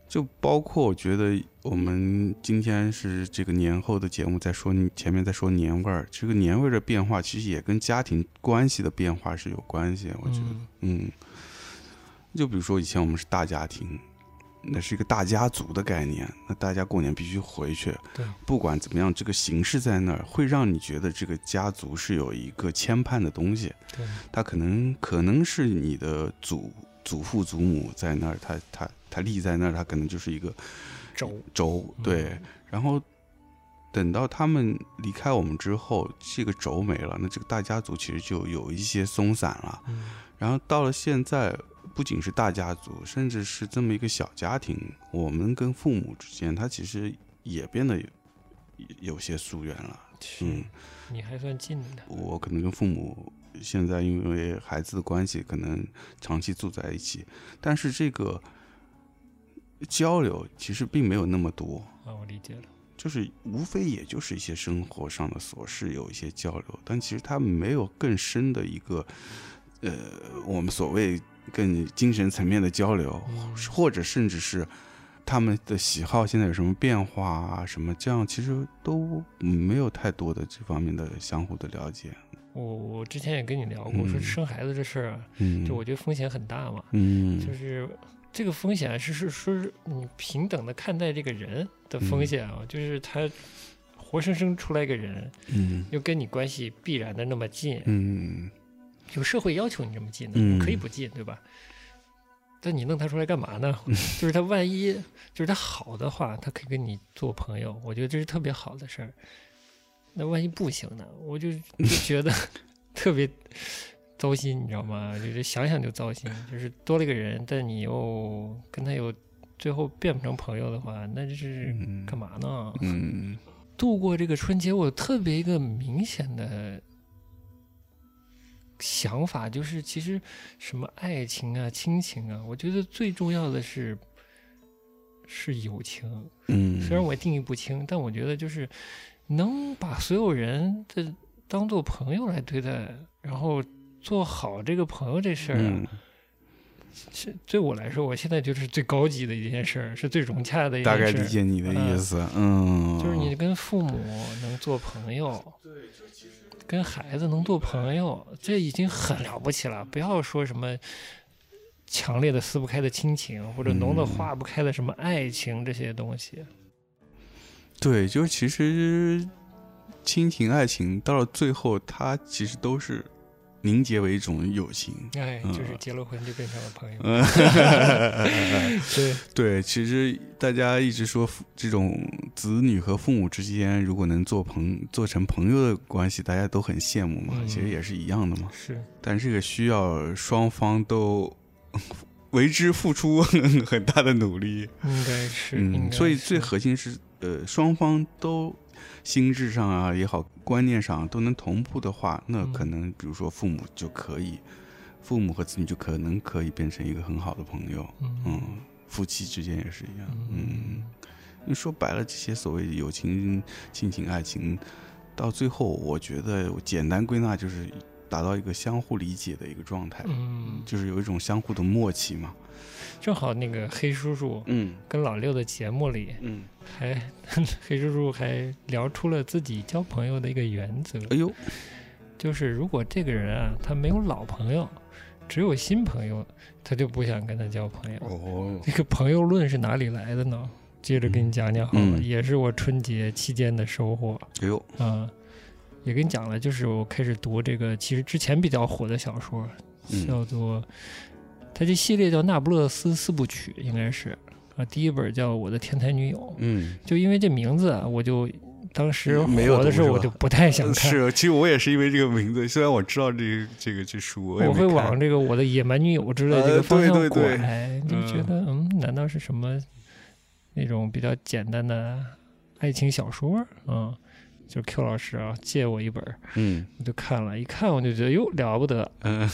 Speaker 2: 就包括我觉得我们今天是这个年后的节目，在说前面在说年味儿，这个年味儿的变化其实也跟家庭关系的变化是有关系。我觉得，
Speaker 1: 嗯
Speaker 2: 嗯，就比如说以前我们是大家庭，那是一个大家族的概念，那大家过年必须回去，
Speaker 1: 对，
Speaker 2: 不管怎么样，这个形式在那儿，会让你觉得这个家族是有一个牵绊的东西。
Speaker 1: 对，
Speaker 2: 他可能可能是你的祖祖父祖母在那儿，他他他立在那儿，他可能就是一个
Speaker 1: 轴，
Speaker 2: 轴，
Speaker 1: 嗯
Speaker 2: 对。然后等到他们离开我们之后，这个轴没了，那这个大家族其实就有一些松散了。
Speaker 1: 嗯，
Speaker 2: 然后到了现在，不仅是大家族，甚至是这么一个小家庭，我们跟父母之间，他其实也变得有有些疏远了。
Speaker 1: 是
Speaker 2: 嗯，
Speaker 1: 你还算近的，
Speaker 2: 我可能跟父母现在因为孩子的关系，可能长期住在一起，但是这个交流其实并没有那么多，
Speaker 1: 啊，我理解了，
Speaker 2: 就是无非也就是一些生活上的琐事有一些交流，但其实它没有更深的一个，呃，我们所谓更精神层面的交流，
Speaker 1: 嗯
Speaker 2: 或者甚至是他们的喜好现在有什么变化啊，什么这样其实都没有太多的这方面的相互的了解。
Speaker 1: 我我之前也跟你聊过，说
Speaker 2: 嗯
Speaker 1: 生孩子这事儿啊，
Speaker 2: 嗯，
Speaker 1: 就我觉得风险很大嘛，
Speaker 2: 嗯，
Speaker 1: 就是这个风险啊是是说是你平等的看待这个人的
Speaker 2: 嗯
Speaker 1: 风险啊，就是他活生生出来一个人，
Speaker 2: 嗯
Speaker 1: 又跟你关系必然的那么近，
Speaker 2: 嗯
Speaker 1: 有社会要求你这么近的，
Speaker 2: 嗯
Speaker 1: 你可以不近，对吧？但你弄他出来干嘛呢？
Speaker 2: 嗯
Speaker 1: [laughs] 就是他万一就是他好的话，他可以跟你做朋友，我觉得这是特别好的事儿。那万一不行呢？我就就觉
Speaker 2: [laughs]
Speaker 1: 得特别糟心，你知道吗？就是想想就糟心，就是多了一个人，但你又跟他有最后变不成朋友的话，那就是
Speaker 2: 嗯
Speaker 1: 干嘛呢？
Speaker 2: 嗯
Speaker 1: 度过这个春节，我有特别一个明显的想法，就是其实什么爱情啊、亲情啊，我觉得最重要的是是友情。
Speaker 2: 嗯，
Speaker 1: 虽然我定义不清，但我觉得就是能把所有人的当做朋友来对待，然后做好这个朋友这事儿、啊，
Speaker 2: 嗯，
Speaker 1: 是对我来说，我现在觉得是最高级的一件事儿，是最融洽的一件
Speaker 2: 大
Speaker 1: 事儿。
Speaker 2: 概理解你的意思，嗯，
Speaker 1: 就是你跟父母能做朋友，跟孩子能做朋友，这已经很了不起了。不要说什么强烈的撕不开的亲情，或者浓的
Speaker 2: 嗯
Speaker 1: 化不开的什么爱情这些东西。
Speaker 2: 对，就是其实亲情、爱情到了最后，它其实都是凝结为一种友情。
Speaker 1: 哎，
Speaker 2: 嗯
Speaker 1: 就是结了婚就变成了
Speaker 2: [laughs]
Speaker 1: 朋友。
Speaker 2: 嗯，
Speaker 1: 对，
Speaker 2: 对，其实大家一直说父这种子女和父母之间，如果能做朋做成朋友的关系，大家都很羡慕嘛。
Speaker 1: 嗯
Speaker 2: 其实也是一样的嘛。
Speaker 1: 是
Speaker 2: 但这个需要双方都 [laughs] 为之付出 [laughs] 很大的努力。
Speaker 1: 应该是，应
Speaker 2: 嗯，
Speaker 1: 该
Speaker 2: 所以
Speaker 1: 是
Speaker 2: 最核心是，呃，双方都心智上啊也好，观念上都能同步的话，那
Speaker 1: 嗯
Speaker 2: 可能比如说父母就可以，父母和子女就可能可以变成一个很好的朋友。嗯，夫妻之间也是一样。嗯，你说白了，这些所谓友情、亲情、爱情，到最后，我觉得我简单归纳就是达到一个相互理解的一个状态，
Speaker 1: 嗯，
Speaker 2: 就是有一种相互的默契嘛。
Speaker 1: 正好那个黑叔叔
Speaker 2: 嗯
Speaker 1: 跟老六的节目里，
Speaker 2: 嗯，
Speaker 1: 还 [laughs] 黑叔叔还聊出了自己交朋友的一个原则。
Speaker 2: 哎呦，
Speaker 1: 就是如果这个人啊，他没有老朋友，只有新朋友，他就不想跟他交朋友。
Speaker 2: 哦，
Speaker 1: 这个朋友论是哪里来的呢？接着跟你讲讲好了，
Speaker 2: 嗯
Speaker 1: 也是我春节期间的收获
Speaker 2: 哎呦，
Speaker 1: 啊、也跟你讲了，就是我开始读这个，其实之前比较火的小说，
Speaker 2: 嗯
Speaker 1: 叫做它这系列叫《那不勒斯四部曲》，应该是啊，第一本叫《我的天才女友》，
Speaker 2: 嗯，
Speaker 1: 就因为这名字啊，我就当时
Speaker 2: 没有
Speaker 1: 火的
Speaker 2: 读
Speaker 1: 时
Speaker 2: 是
Speaker 1: 候我
Speaker 2: 吧呃
Speaker 1: 就不太想看，
Speaker 2: 是，其实我也是因为这个名字，虽然我知道这个这个这书，我也
Speaker 1: 我
Speaker 2: 没
Speaker 1: 会
Speaker 2: 看
Speaker 1: 往这个我的野蛮女友之类这个
Speaker 2: 呃
Speaker 1: 方向
Speaker 2: 对对
Speaker 1: 拐，
Speaker 2: 对
Speaker 1: 就觉得嗯难道是什么那种比较简单的爱情小说？嗯，就是 Q 老师啊，借我一本儿，
Speaker 2: 嗯
Speaker 1: 我就看了，一看我就觉得哟了不得，
Speaker 2: 嗯，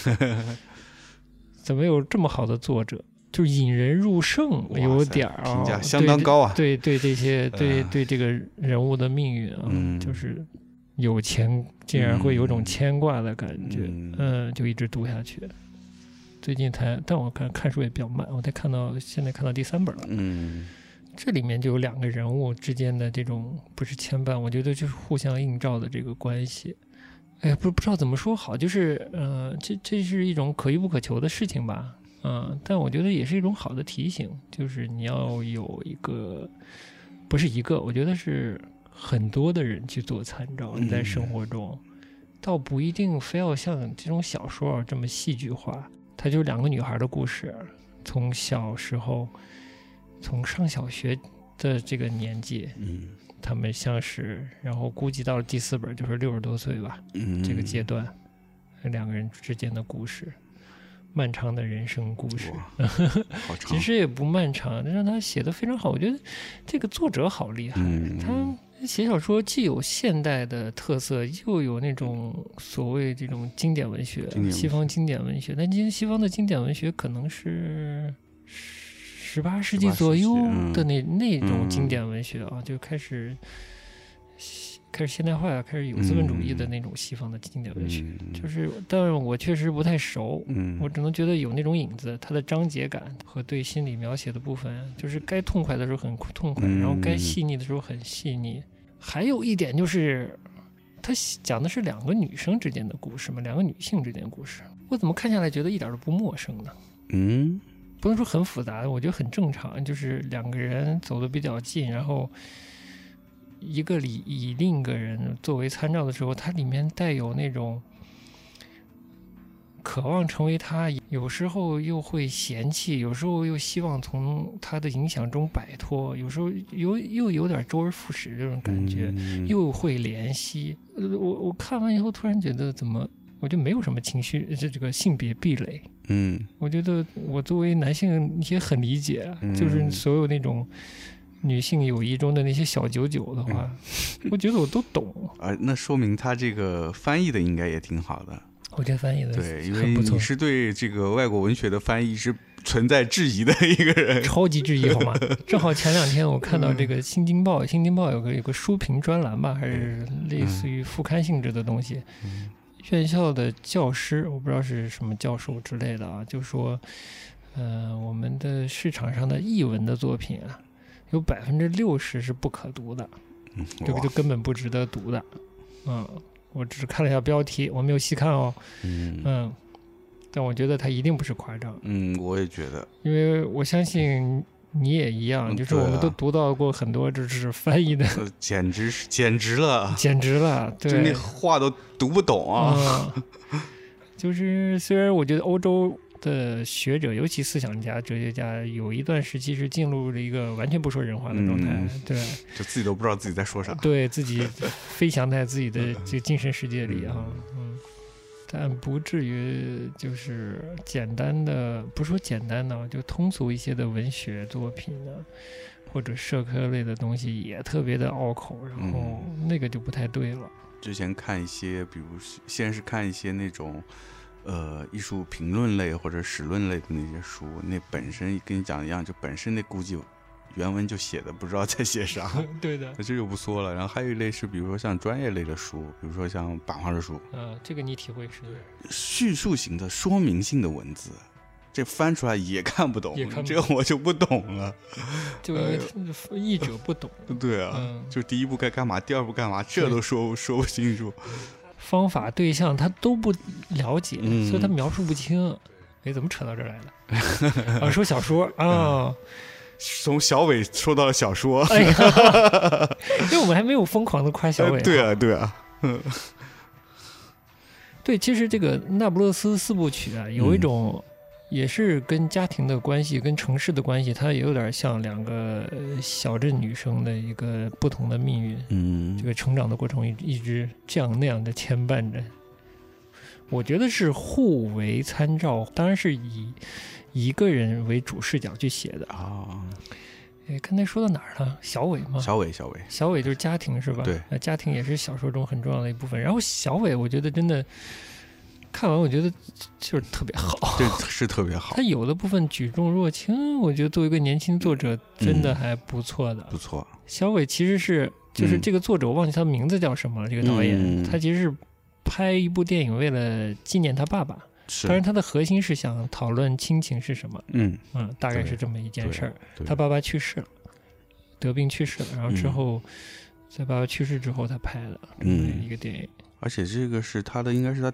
Speaker 1: 怎么有这么好的作者？就是引人入胜，
Speaker 2: 哇
Speaker 1: 有
Speaker 2: 塞
Speaker 1: 点儿啊
Speaker 2: 评价相当。高啊，
Speaker 1: 对对对这些对
Speaker 2: 呃
Speaker 1: 对这个人物的命运啊，
Speaker 2: 嗯
Speaker 1: 就是有钱竟然会有种
Speaker 2: 嗯
Speaker 1: 牵挂的感觉，
Speaker 2: 嗯
Speaker 1: 嗯，就一直读下去。最近才，但我看看书也比较慢，我才看到现在看到第三本了。
Speaker 2: 嗯
Speaker 1: 这里面就有两个人物之间的这种不是牵绊，我觉得就是互相映照的这个关系。哎呀，不不知道怎么说好，就是呃，这这是一种可遇不可求的事情吧，嗯、但我觉得也是一种好的提醒，就是你要有一个，不是一个，我觉得是很多的人去做参照，你在
Speaker 2: 嗯
Speaker 1: 生活中，倒不一定非要像这种小说啊这么戏剧化，它就是两个女孩的故事，从小时候，从上小学的这个年纪，
Speaker 2: 嗯
Speaker 1: 他们相识，然后估计到了第四本就是六十多岁吧，
Speaker 2: 嗯，
Speaker 1: 这个阶段，两个人之间的故事，漫长的人生故事，
Speaker 2: 哇，好长，
Speaker 1: 其实也不漫长，但是他写的非常好，我觉得这个作者好厉害，
Speaker 2: 嗯
Speaker 1: 他。写小说既有现代的特色，又有那种所谓这种经典文学
Speaker 2: 经典，文学
Speaker 1: 西方经典文学。但今西方的经典文学可能是十八世纪
Speaker 2: 18世纪
Speaker 1: 左右
Speaker 2: 嗯
Speaker 1: 的那、那种
Speaker 2: 嗯
Speaker 1: 经典文学啊，就开始开始现代化呀，开始有资本主义的那种西方的经典文学。
Speaker 2: 嗯
Speaker 1: 就是，但我确实不太熟，
Speaker 2: 嗯，
Speaker 1: 我只能觉得有那种影子，它的章节感和对心理描写的部分，就是该痛快的时候很痛快，
Speaker 2: 嗯
Speaker 1: 然后该细腻的时候很细腻。还有一点就是，它讲的是两个女生之间的故事嘛，两个女性之间的故事。我怎么看下来觉得一点都不陌生呢？
Speaker 2: 嗯
Speaker 1: 不能说很复杂，我觉得很正常，就是两个人走得比较近，然后一个以以另一个人作为参照的时候，它里面带有那种渴望成为他，有时候又会嫌弃，有时候又希望从他的影响中摆脱，有时候有又有点周而复始这种感觉。
Speaker 2: 嗯
Speaker 1: 又会怜惜。呃我我看完以后，突然觉得怎么，我就没有什么情绪，这这个性别壁垒，
Speaker 2: 嗯
Speaker 1: 我觉得我作为男性也很理解啊，
Speaker 2: 嗯
Speaker 1: 就是所有那种女性友谊中的那些小九九的话，
Speaker 2: 嗯
Speaker 1: [laughs] 我觉得我都懂。
Speaker 2: 啊，那说明他这个翻译的应该也挺好的，
Speaker 1: 我觉得翻译的
Speaker 2: 对，因为
Speaker 1: 很不错
Speaker 2: 你，是对这个外国文学的翻译是存在质疑的一个人，
Speaker 1: [laughs] 超级质疑好
Speaker 2: [laughs]
Speaker 1: 吗？正好前两天我看到
Speaker 2: 嗯
Speaker 1: 这个《新京报》，《新京报》有个有个书评专栏吧，还是
Speaker 2: 嗯
Speaker 1: 类似于副刊性质的东西，院校的教师，我不知道是什么教授之类的啊，就说，呃，我们的市场上的译文的作品啊，有百分之六十是不可读的，
Speaker 2: 嗯
Speaker 1: 这个
Speaker 2: 哇
Speaker 1: 就根本不值得读的。嗯，我只是看了一下标题，我没有细看哦。
Speaker 2: 嗯
Speaker 1: 嗯，但我觉得它一定不是夸张，
Speaker 2: 嗯，我也觉得，
Speaker 1: 因为我相信你也一样，
Speaker 2: 嗯
Speaker 1: 就是我
Speaker 2: 对
Speaker 1: 们
Speaker 2: 啊
Speaker 1: 都读到过很多就是翻译的， [laughs]
Speaker 2: 呃简直是简直了，啊
Speaker 1: 简直了，对，
Speaker 2: 就那话都读不懂啊，
Speaker 1: 啊、就是虽然我觉得欧洲的学者，尤其思想家、哲学家，有一段时期是进入了一个完全不说人话的状态，
Speaker 2: 嗯
Speaker 1: 对，啊
Speaker 2: 就自己都不知道自己在说
Speaker 1: [laughs]
Speaker 2: 啥。
Speaker 1: 对自己飞翔在自己的这个精神世界里啊，嗯。但不至于就是简单的，不说简单的啊，就通俗一些的文学作品呢、或者社科类的东西也特别的拗口，然后那个就不太对了。
Speaker 2: 之前看一些，比如是先是看一些那种，呃，艺术评论类或者史论类的那些书，那本身跟你讲的一样，就本身那估计原文就写的不知道在写
Speaker 1: [laughs]
Speaker 2: 啥，
Speaker 1: [laughs] 对的，
Speaker 2: 那这就不说了。然后还有一类是，比如说像专业类的书，比如说像版画的书，
Speaker 1: 呃，这个你体会深。
Speaker 2: 叙述型的、说明性的文字，这翻出来也看不懂，
Speaker 1: 也看不
Speaker 2: 这我就不懂了。
Speaker 1: 就因为他译者不懂，
Speaker 2: 对啊，
Speaker 1: 嗯
Speaker 2: 就第一步该干嘛，第二步干嘛，这
Speaker 1: 对
Speaker 2: 都说说不清楚。
Speaker 1: 方法对象他都不了解，
Speaker 2: 嗯
Speaker 1: 所以他描述不清。哎，怎么扯到这儿来了？ [laughs] 啊，说小说啊，
Speaker 2: 从小伟说到了小说，
Speaker 1: 哎呀，因为我们还没有疯狂的夸小伟、
Speaker 2: 呃 [laughs] 对，啊，对啊，
Speaker 1: 对，其实这个那不勒斯四部曲啊，
Speaker 2: 嗯
Speaker 1: 有一种。也是跟家庭的关系、跟城市的关系，它也有点像两个呃小镇女生的一个不同的命运。
Speaker 2: 嗯
Speaker 1: 这个成长的过程一一直这样那样的牵绊着。我觉得是互为参照，当然是以一个人为主视角去写的。
Speaker 2: 啊，
Speaker 1: 哎，刚才说到哪儿了？小伟吗？
Speaker 2: 小伟，小伟，
Speaker 1: 小伟就是家庭是吧？
Speaker 2: 对
Speaker 1: 呃，家庭也是小说中很重要的一部分。然后小伟，我觉得真的看完，我觉得就是特别好。
Speaker 2: 这是特别好
Speaker 1: 他，有的部分举重若轻，我觉得作为一个年轻作者，真的
Speaker 2: 嗯
Speaker 1: 还不错的。
Speaker 2: 不错，
Speaker 1: 小伟其实是就是
Speaker 2: 嗯
Speaker 1: 这个作者，我忘记他名字叫什么了。这个导演、
Speaker 2: 嗯
Speaker 1: 他其实是拍一部电影，为了纪念他爸爸，
Speaker 2: 是
Speaker 1: 但是它的核心是想讨论亲情是什么，
Speaker 2: 嗯，
Speaker 1: 嗯，大概
Speaker 2: 对
Speaker 1: 是这么一件
Speaker 2: 对
Speaker 1: 事儿。
Speaker 2: 对
Speaker 1: 他爸爸去世了，得病去世了，然后之
Speaker 2: 嗯
Speaker 1: 后，在爸爸去世之后，他拍的
Speaker 2: 嗯
Speaker 1: 一个电影，
Speaker 2: 而且这个是他的，应该是他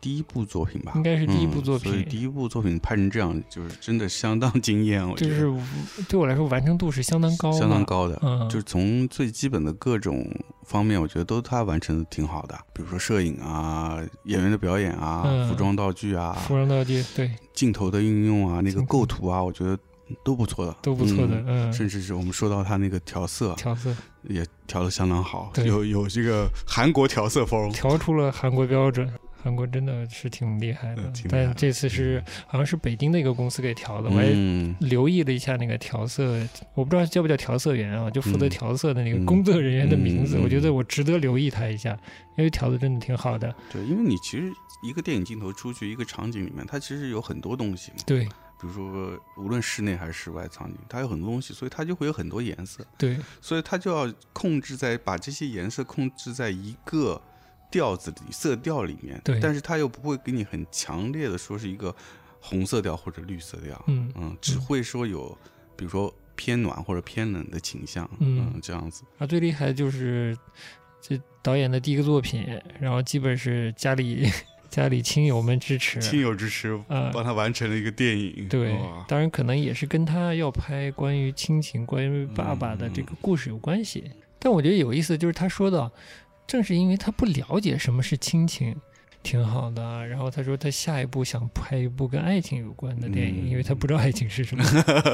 Speaker 2: 第一部作品吧？
Speaker 1: 应该是第一部
Speaker 2: 嗯
Speaker 1: 作
Speaker 2: 所以
Speaker 1: 品，
Speaker 2: 第一部作品拍成这样，就是真的相当惊艳，我觉
Speaker 1: 就
Speaker 2: 得
Speaker 1: 是我对我来说完成度是相当高，
Speaker 2: 相当，高的。
Speaker 1: 嗯，
Speaker 2: 就是从最基本的各种方面，我觉得都他完成的挺好的，比如说摄影啊、演员的表演啊、
Speaker 1: 嗯
Speaker 2: 服装道具啊、
Speaker 1: 服装道具对
Speaker 2: 镜头的运用啊、那个
Speaker 1: 镜头
Speaker 2: 构图啊，我觉得都不错的，
Speaker 1: 都不错的，
Speaker 2: 嗯
Speaker 1: 嗯，
Speaker 2: 甚至是我们说到他那个调色啊
Speaker 1: 调色
Speaker 2: 也调的相当好，
Speaker 1: 对
Speaker 2: 有有这个韩国调色风，
Speaker 1: 调出了韩国标准。韩国真的是挺厉害的，
Speaker 2: 嗯挺厉害的
Speaker 1: 但这次是好像是北京的一个公司给调的，我也
Speaker 2: 嗯，
Speaker 1: 留意了一下那个调色，我不知道叫不叫调色员啊，就负责
Speaker 2: 嗯
Speaker 1: 调色的那个
Speaker 2: 嗯
Speaker 1: 工作人员的名字，
Speaker 2: 嗯嗯
Speaker 1: 我觉得我值得留意他一下，因为调的真的挺好的。
Speaker 2: 对，因为你其实一个电影镜头出去一个场景里面，它其实有很多东西嘛，
Speaker 1: 对
Speaker 2: 比如说无论室内还是室外场景，它有很多东西，所以它就会有很多颜色，
Speaker 1: 对
Speaker 2: 所以它就要控制在把这些颜色控制在一个调子里色调里面，
Speaker 1: 对
Speaker 2: 但是它又不会给你很强烈的说是一个红色调或者绿色调，
Speaker 1: 嗯
Speaker 2: 嗯，只会说有比如说偏暖或者偏冷的倾向，
Speaker 1: 嗯
Speaker 2: 这样子，
Speaker 1: 啊，最厉害的就是这导演的第一个作品，然后基本是家里 [laughs] 家里亲友们支持，
Speaker 2: 亲友支持
Speaker 1: 啊、
Speaker 2: 帮他完成了一个电影，
Speaker 1: 对
Speaker 2: 哇，
Speaker 1: 当然可能也是跟他要拍关于亲情、关于爸爸的这个故事有关系。但我觉得有意思就是他说的，正是因为他不了解什么是亲情，挺好的啊。然后他说他下一步想拍一部跟爱情有关的电影，
Speaker 2: 嗯
Speaker 1: 因为他不知道爱情是什么，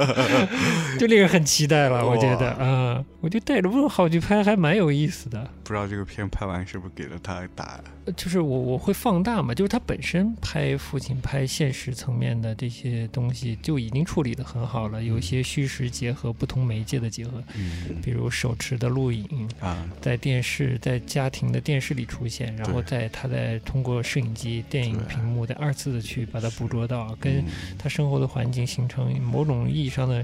Speaker 1: [laughs] 就令人很期待了。我觉得
Speaker 2: 哇
Speaker 1: 啊、我就带着问号去拍，还蛮有意思的。
Speaker 2: 不知道这个片拍完是不是给了他答案？
Speaker 1: 就是我我会放大嘛，就是他本身拍父亲拍现实层面的这些东西就已经处理得很好了，有一些虚实结合，不同媒介的结合，
Speaker 2: 嗯
Speaker 1: 比如手持的录影，
Speaker 2: 啊，
Speaker 1: 在电视在家庭的电视里出现，然后
Speaker 2: 对
Speaker 1: 在他再通过摄影机、电影
Speaker 2: 对
Speaker 1: 屏幕再二次的去把它捕捉到，跟
Speaker 2: 嗯
Speaker 1: 他生活的环境形成某种意义上的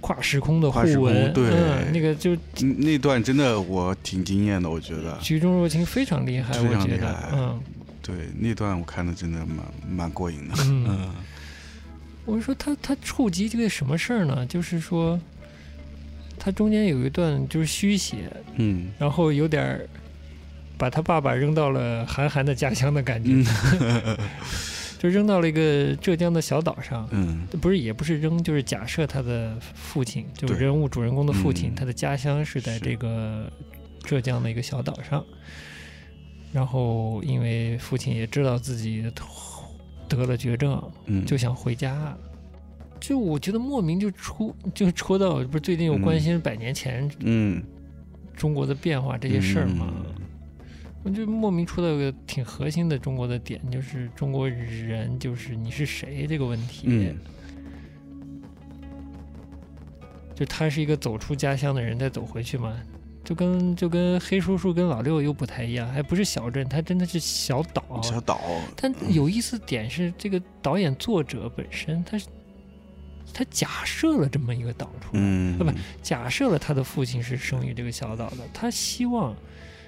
Speaker 1: 跨时空的互
Speaker 2: 跨时空
Speaker 1: 文，
Speaker 2: 对
Speaker 1: 嗯，那个就
Speaker 2: 嗯那段真的我挺惊艳的，我觉得，
Speaker 1: 局中若情非常厉害，
Speaker 2: 非常
Speaker 1: 我觉
Speaker 2: 厉
Speaker 1: 得
Speaker 2: 害，
Speaker 1: 嗯
Speaker 2: 对那段我看的真的蛮蛮过瘾的。
Speaker 1: 嗯。
Speaker 2: 嗯，
Speaker 1: 我说他他触及这个什么事儿呢？就是说，他中间有一段就是虚写，
Speaker 2: 嗯，
Speaker 1: 然后有点儿把他爸爸扔到了韩寒的家乡的感觉， [laughs] 就扔到了一个浙江的小岛上。
Speaker 2: 嗯，
Speaker 1: 不是，也不是扔，就是假设他的父亲，就
Speaker 2: 对
Speaker 1: 人物主人公的父亲，
Speaker 2: 嗯
Speaker 1: 他的家乡是在
Speaker 2: 是
Speaker 1: 这个浙江的一个小岛上。然后，因为父亲也知道自己得了绝症，
Speaker 2: 嗯，
Speaker 1: 就想回家。啊就我觉得莫名就戳就戳到，不是最近有关心百年前
Speaker 2: 嗯
Speaker 1: 中国的变化这些事儿嘛，
Speaker 2: 嗯
Speaker 1: 我就莫名戳到一个挺核心的中国的点，就是中国人就是你是谁这个问题。
Speaker 2: 嗯
Speaker 1: 就他是一个走出家乡的人再走回去嘛，就跟就跟黑叔叔跟老六又不太一样，还不是小镇，他真的是小岛。
Speaker 2: 小岛，
Speaker 1: 但有意思点是，这个导演作者本身他是他假设了这么一个岛出来，
Speaker 2: 嗯，
Speaker 1: 啊假设了他的父亲是生于这个小岛的，他希望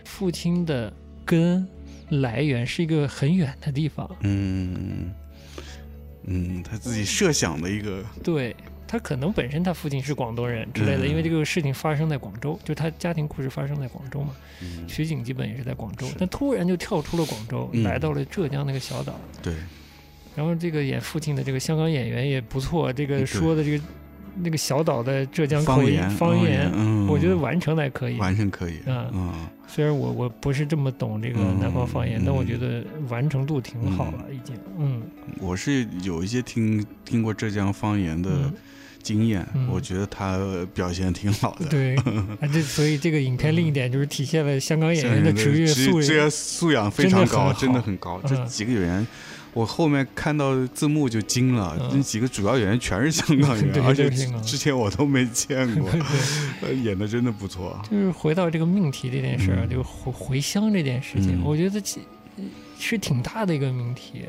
Speaker 1: 父亲的根来源是一个很远的地方，
Speaker 2: 嗯嗯，他自己设想的一个，
Speaker 1: 对。他可能本身他父亲是广东人之类的，
Speaker 2: 嗯
Speaker 1: 因为这个事情发生在广州，就他家庭故事发生在广州嘛。
Speaker 2: 嗯，
Speaker 1: 取景基本也是在广州
Speaker 2: 是，
Speaker 1: 但突然就跳出了广州，
Speaker 2: 嗯
Speaker 1: 来到了浙江那个小岛。
Speaker 2: 对，
Speaker 1: 然后这个演父亲的这个香港演员也不错，这个
Speaker 2: 对
Speaker 1: 说的这个那个小岛的浙江口
Speaker 2: 方
Speaker 1: 音
Speaker 2: 言
Speaker 1: 方言，
Speaker 2: 嗯，
Speaker 1: 我觉得完成的还可以。
Speaker 2: 完全可以，
Speaker 1: 嗯
Speaker 2: 嗯，
Speaker 1: 虽然我我不是这么懂这个
Speaker 2: 嗯
Speaker 1: 南方方言，
Speaker 2: 嗯
Speaker 1: 但我觉得完成度挺好了，已经。嗯
Speaker 2: 我是有一些听听过浙江方言的
Speaker 1: 嗯，
Speaker 2: 经验，
Speaker 1: 嗯
Speaker 2: 我觉得他表现挺好的，
Speaker 1: 对，
Speaker 2: [laughs]
Speaker 1: 啊这所以这个影片另一点就是体现了香港演员的职业素
Speaker 2: 职业
Speaker 1: 养。
Speaker 2: 素养非常高，真
Speaker 1: 真
Speaker 2: 的
Speaker 1: 的
Speaker 2: 很高。
Speaker 1: 嗯
Speaker 2: 这几个演员，我后面看到字幕就惊了，
Speaker 1: 嗯
Speaker 2: 这几个主要演员全是香
Speaker 1: [laughs]
Speaker 2: 港演员，
Speaker 1: 对
Speaker 2: 而且
Speaker 1: 都是香港，
Speaker 2: 之前我都没见过
Speaker 1: 对，
Speaker 2: 呃演的真的不错。
Speaker 1: 就是回到这个命题这件事儿，
Speaker 2: 嗯
Speaker 1: 就回回乡这件事情，
Speaker 2: 嗯
Speaker 1: 我觉得其是挺大的一个命题。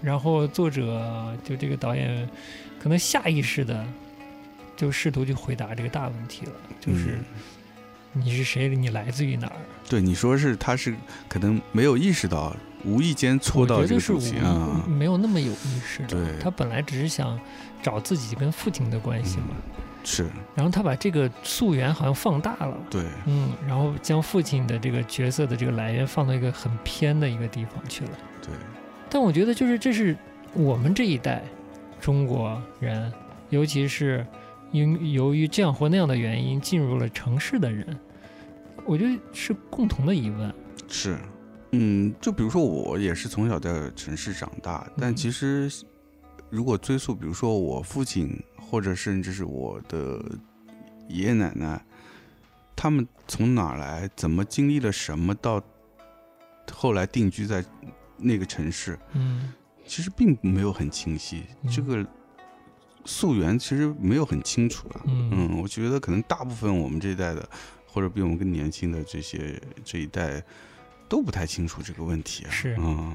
Speaker 1: 然后作者就这个导演，可能下意识的就试图去回答这个大问题了，就是
Speaker 2: 嗯
Speaker 1: 你是谁，你来自于哪儿？
Speaker 2: [laughs] 对，你说是他是可能没有意识到，无意间戳到
Speaker 1: 我
Speaker 2: 这
Speaker 1: 觉得
Speaker 2: 个
Speaker 1: 是
Speaker 2: 主题啊
Speaker 1: 无，没有那么有意识的。
Speaker 2: 对
Speaker 1: 他本来只是想找自己跟父亲的关
Speaker 2: 嗯
Speaker 1: 系嘛，
Speaker 2: 是
Speaker 1: 然后他把这个溯源好像放大了。
Speaker 2: 对，
Speaker 1: 嗯，然后将父亲的这个角色的这个来源放到一个很偏的一个地方去了。
Speaker 2: 对，
Speaker 1: 但我觉得就是这是我们这一代中国人，尤其是因由于这样或那样的原因进入了城市的人，我觉得是共同的疑问。
Speaker 2: 是，嗯，就比如说我也是从小在城市长大，但
Speaker 1: 嗯
Speaker 2: 其实如果追溯，比如说我父亲或者甚至是我的爷爷奶奶，他们从哪儿来，怎么经历了什么，到后来定居在那个城市，
Speaker 1: 嗯，
Speaker 2: 其实并没有很清晰，这
Speaker 1: 嗯
Speaker 2: 个溯源其实没有很清楚了。
Speaker 1: 嗯
Speaker 2: 我觉得可能大部分我们这一代的，或者比我们更年轻的这些这一代，都不太清楚这个问题啊。
Speaker 1: 是
Speaker 2: 嗯，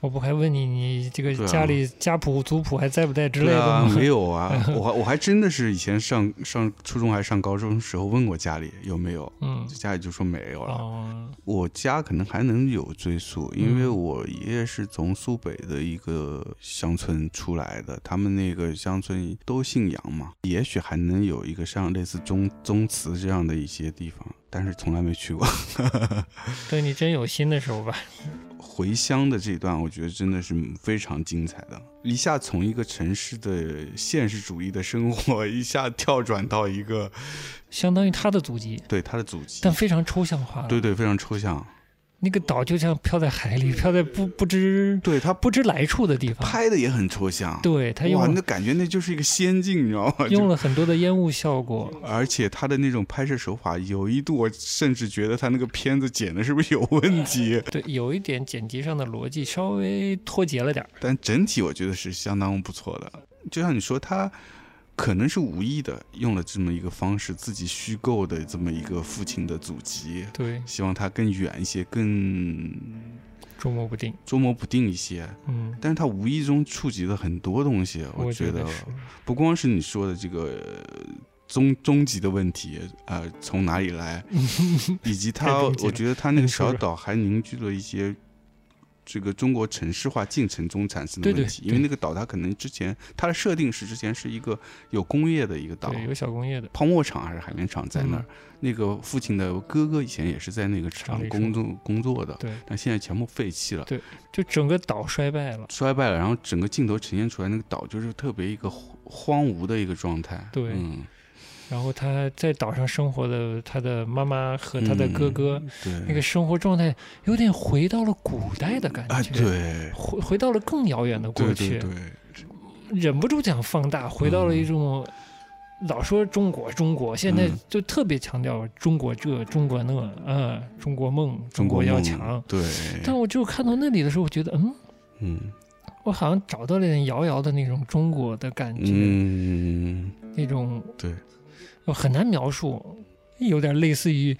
Speaker 1: 我不还问你，你这个
Speaker 2: 对啊
Speaker 1: 家里家谱、族谱还在不在之类
Speaker 2: 对
Speaker 1: 的
Speaker 2: 啊 [laughs]
Speaker 1: 吗？，
Speaker 2: 没有
Speaker 1: [laughs]
Speaker 2: 啊，我还我还真的是以前上上初中还上高中时候问过家里有没有，
Speaker 1: 嗯，
Speaker 2: 家里就说没有了。
Speaker 1: 哦，
Speaker 2: 我家可能还能有追溯，因为
Speaker 1: 嗯
Speaker 2: 我爷爷是从苏北的一个乡村出来的，他们那个乡村都信羊嘛，也许还能有一个像类似宗宗祠这样的一些地方，但是从来没去过。
Speaker 1: 等你真有心的时候吧。
Speaker 2: 回乡的这一段，我觉得真的是非常精彩的，一下从一个城市的现实主义的生活，一下跳转到一个
Speaker 1: 相当于他的祖籍，
Speaker 2: 对他的祖籍
Speaker 1: 但，非常抽象化了。
Speaker 2: 对对，非常抽象，
Speaker 1: 那个岛就像漂在海里，漂在不不知
Speaker 2: 对他
Speaker 1: 不知来处的地方。
Speaker 2: 拍的也很抽象。
Speaker 1: 啊对他
Speaker 2: 哇，
Speaker 1: 用
Speaker 2: 那感觉那就是一个仙境，你知道吗？就
Speaker 1: [laughs] 用了很多的烟雾效果，
Speaker 2: 而且他的那种拍摄手法，有一度我甚至觉得他那个片子剪的是不是有问题？
Speaker 1: 对，有一点剪辑上的逻辑稍微脱节了点儿。
Speaker 2: 但整体我觉得是相当不错的。就像你说，他可能是无意的用了这么一个方式，自己虚构的这么一个父亲的祖籍，
Speaker 1: 对，
Speaker 2: 希望他更远一些，更
Speaker 1: 捉摸不定。
Speaker 2: 捉摸不定一些。
Speaker 1: 嗯，
Speaker 2: 但是他无意中触及了很多东西，
Speaker 1: 我
Speaker 2: 觉得
Speaker 1: 得是。
Speaker 2: 不光是你说的这个呃终终极的问题，呃，从哪里
Speaker 1: [laughs]
Speaker 2: 来，以及
Speaker 1: 太
Speaker 2: 他，
Speaker 1: 终极了
Speaker 2: 我觉得他那个
Speaker 1: 你说
Speaker 2: 小
Speaker 1: 说
Speaker 2: 岛还凝聚了一些这个中国城市化进程中产生的
Speaker 1: 对
Speaker 2: 问
Speaker 1: 对
Speaker 2: 题，因为
Speaker 1: 对
Speaker 2: 那个岛它可能之前它的设定是之前是一个有工业的一个岛。
Speaker 1: 对，有小工业的，
Speaker 2: 泡沫厂还是海绵厂在那儿，那个父亲的哥哥以前也是在那个
Speaker 1: 厂
Speaker 2: 厂
Speaker 1: 里
Speaker 2: 工作工作的，
Speaker 1: 对，
Speaker 2: 但现在全部废弃了，
Speaker 1: 就整个岛衰败了。
Speaker 2: 衰败了，然后整个镜头呈现出来那个岛就是特别一个荒荒芜的一个状态，
Speaker 1: 对
Speaker 2: 嗯，
Speaker 1: 然后他在岛上生活的他的妈妈和他的哥哥，
Speaker 2: 嗯，对，
Speaker 1: 那个生活状态有点回到了古代的感觉，
Speaker 2: 啊，对，
Speaker 1: 回回到了更遥远的过
Speaker 2: 对
Speaker 1: 去，
Speaker 2: 对对，
Speaker 1: 忍不住想放大，回到了一种。老说中国，中国，现在
Speaker 2: 嗯
Speaker 1: 就特别强调中国这、中国那，啊，中国梦，中
Speaker 2: 国
Speaker 1: 要
Speaker 2: 梦嗯
Speaker 1: 强。，
Speaker 2: 对，
Speaker 1: 但我只有看到那里的时候，我觉得，嗯，
Speaker 2: 嗯
Speaker 1: 我好像找到了点遥遥的那种中国的感觉，
Speaker 2: 嗯，
Speaker 1: 那种
Speaker 2: 对，
Speaker 1: 我很难描述，有点类似于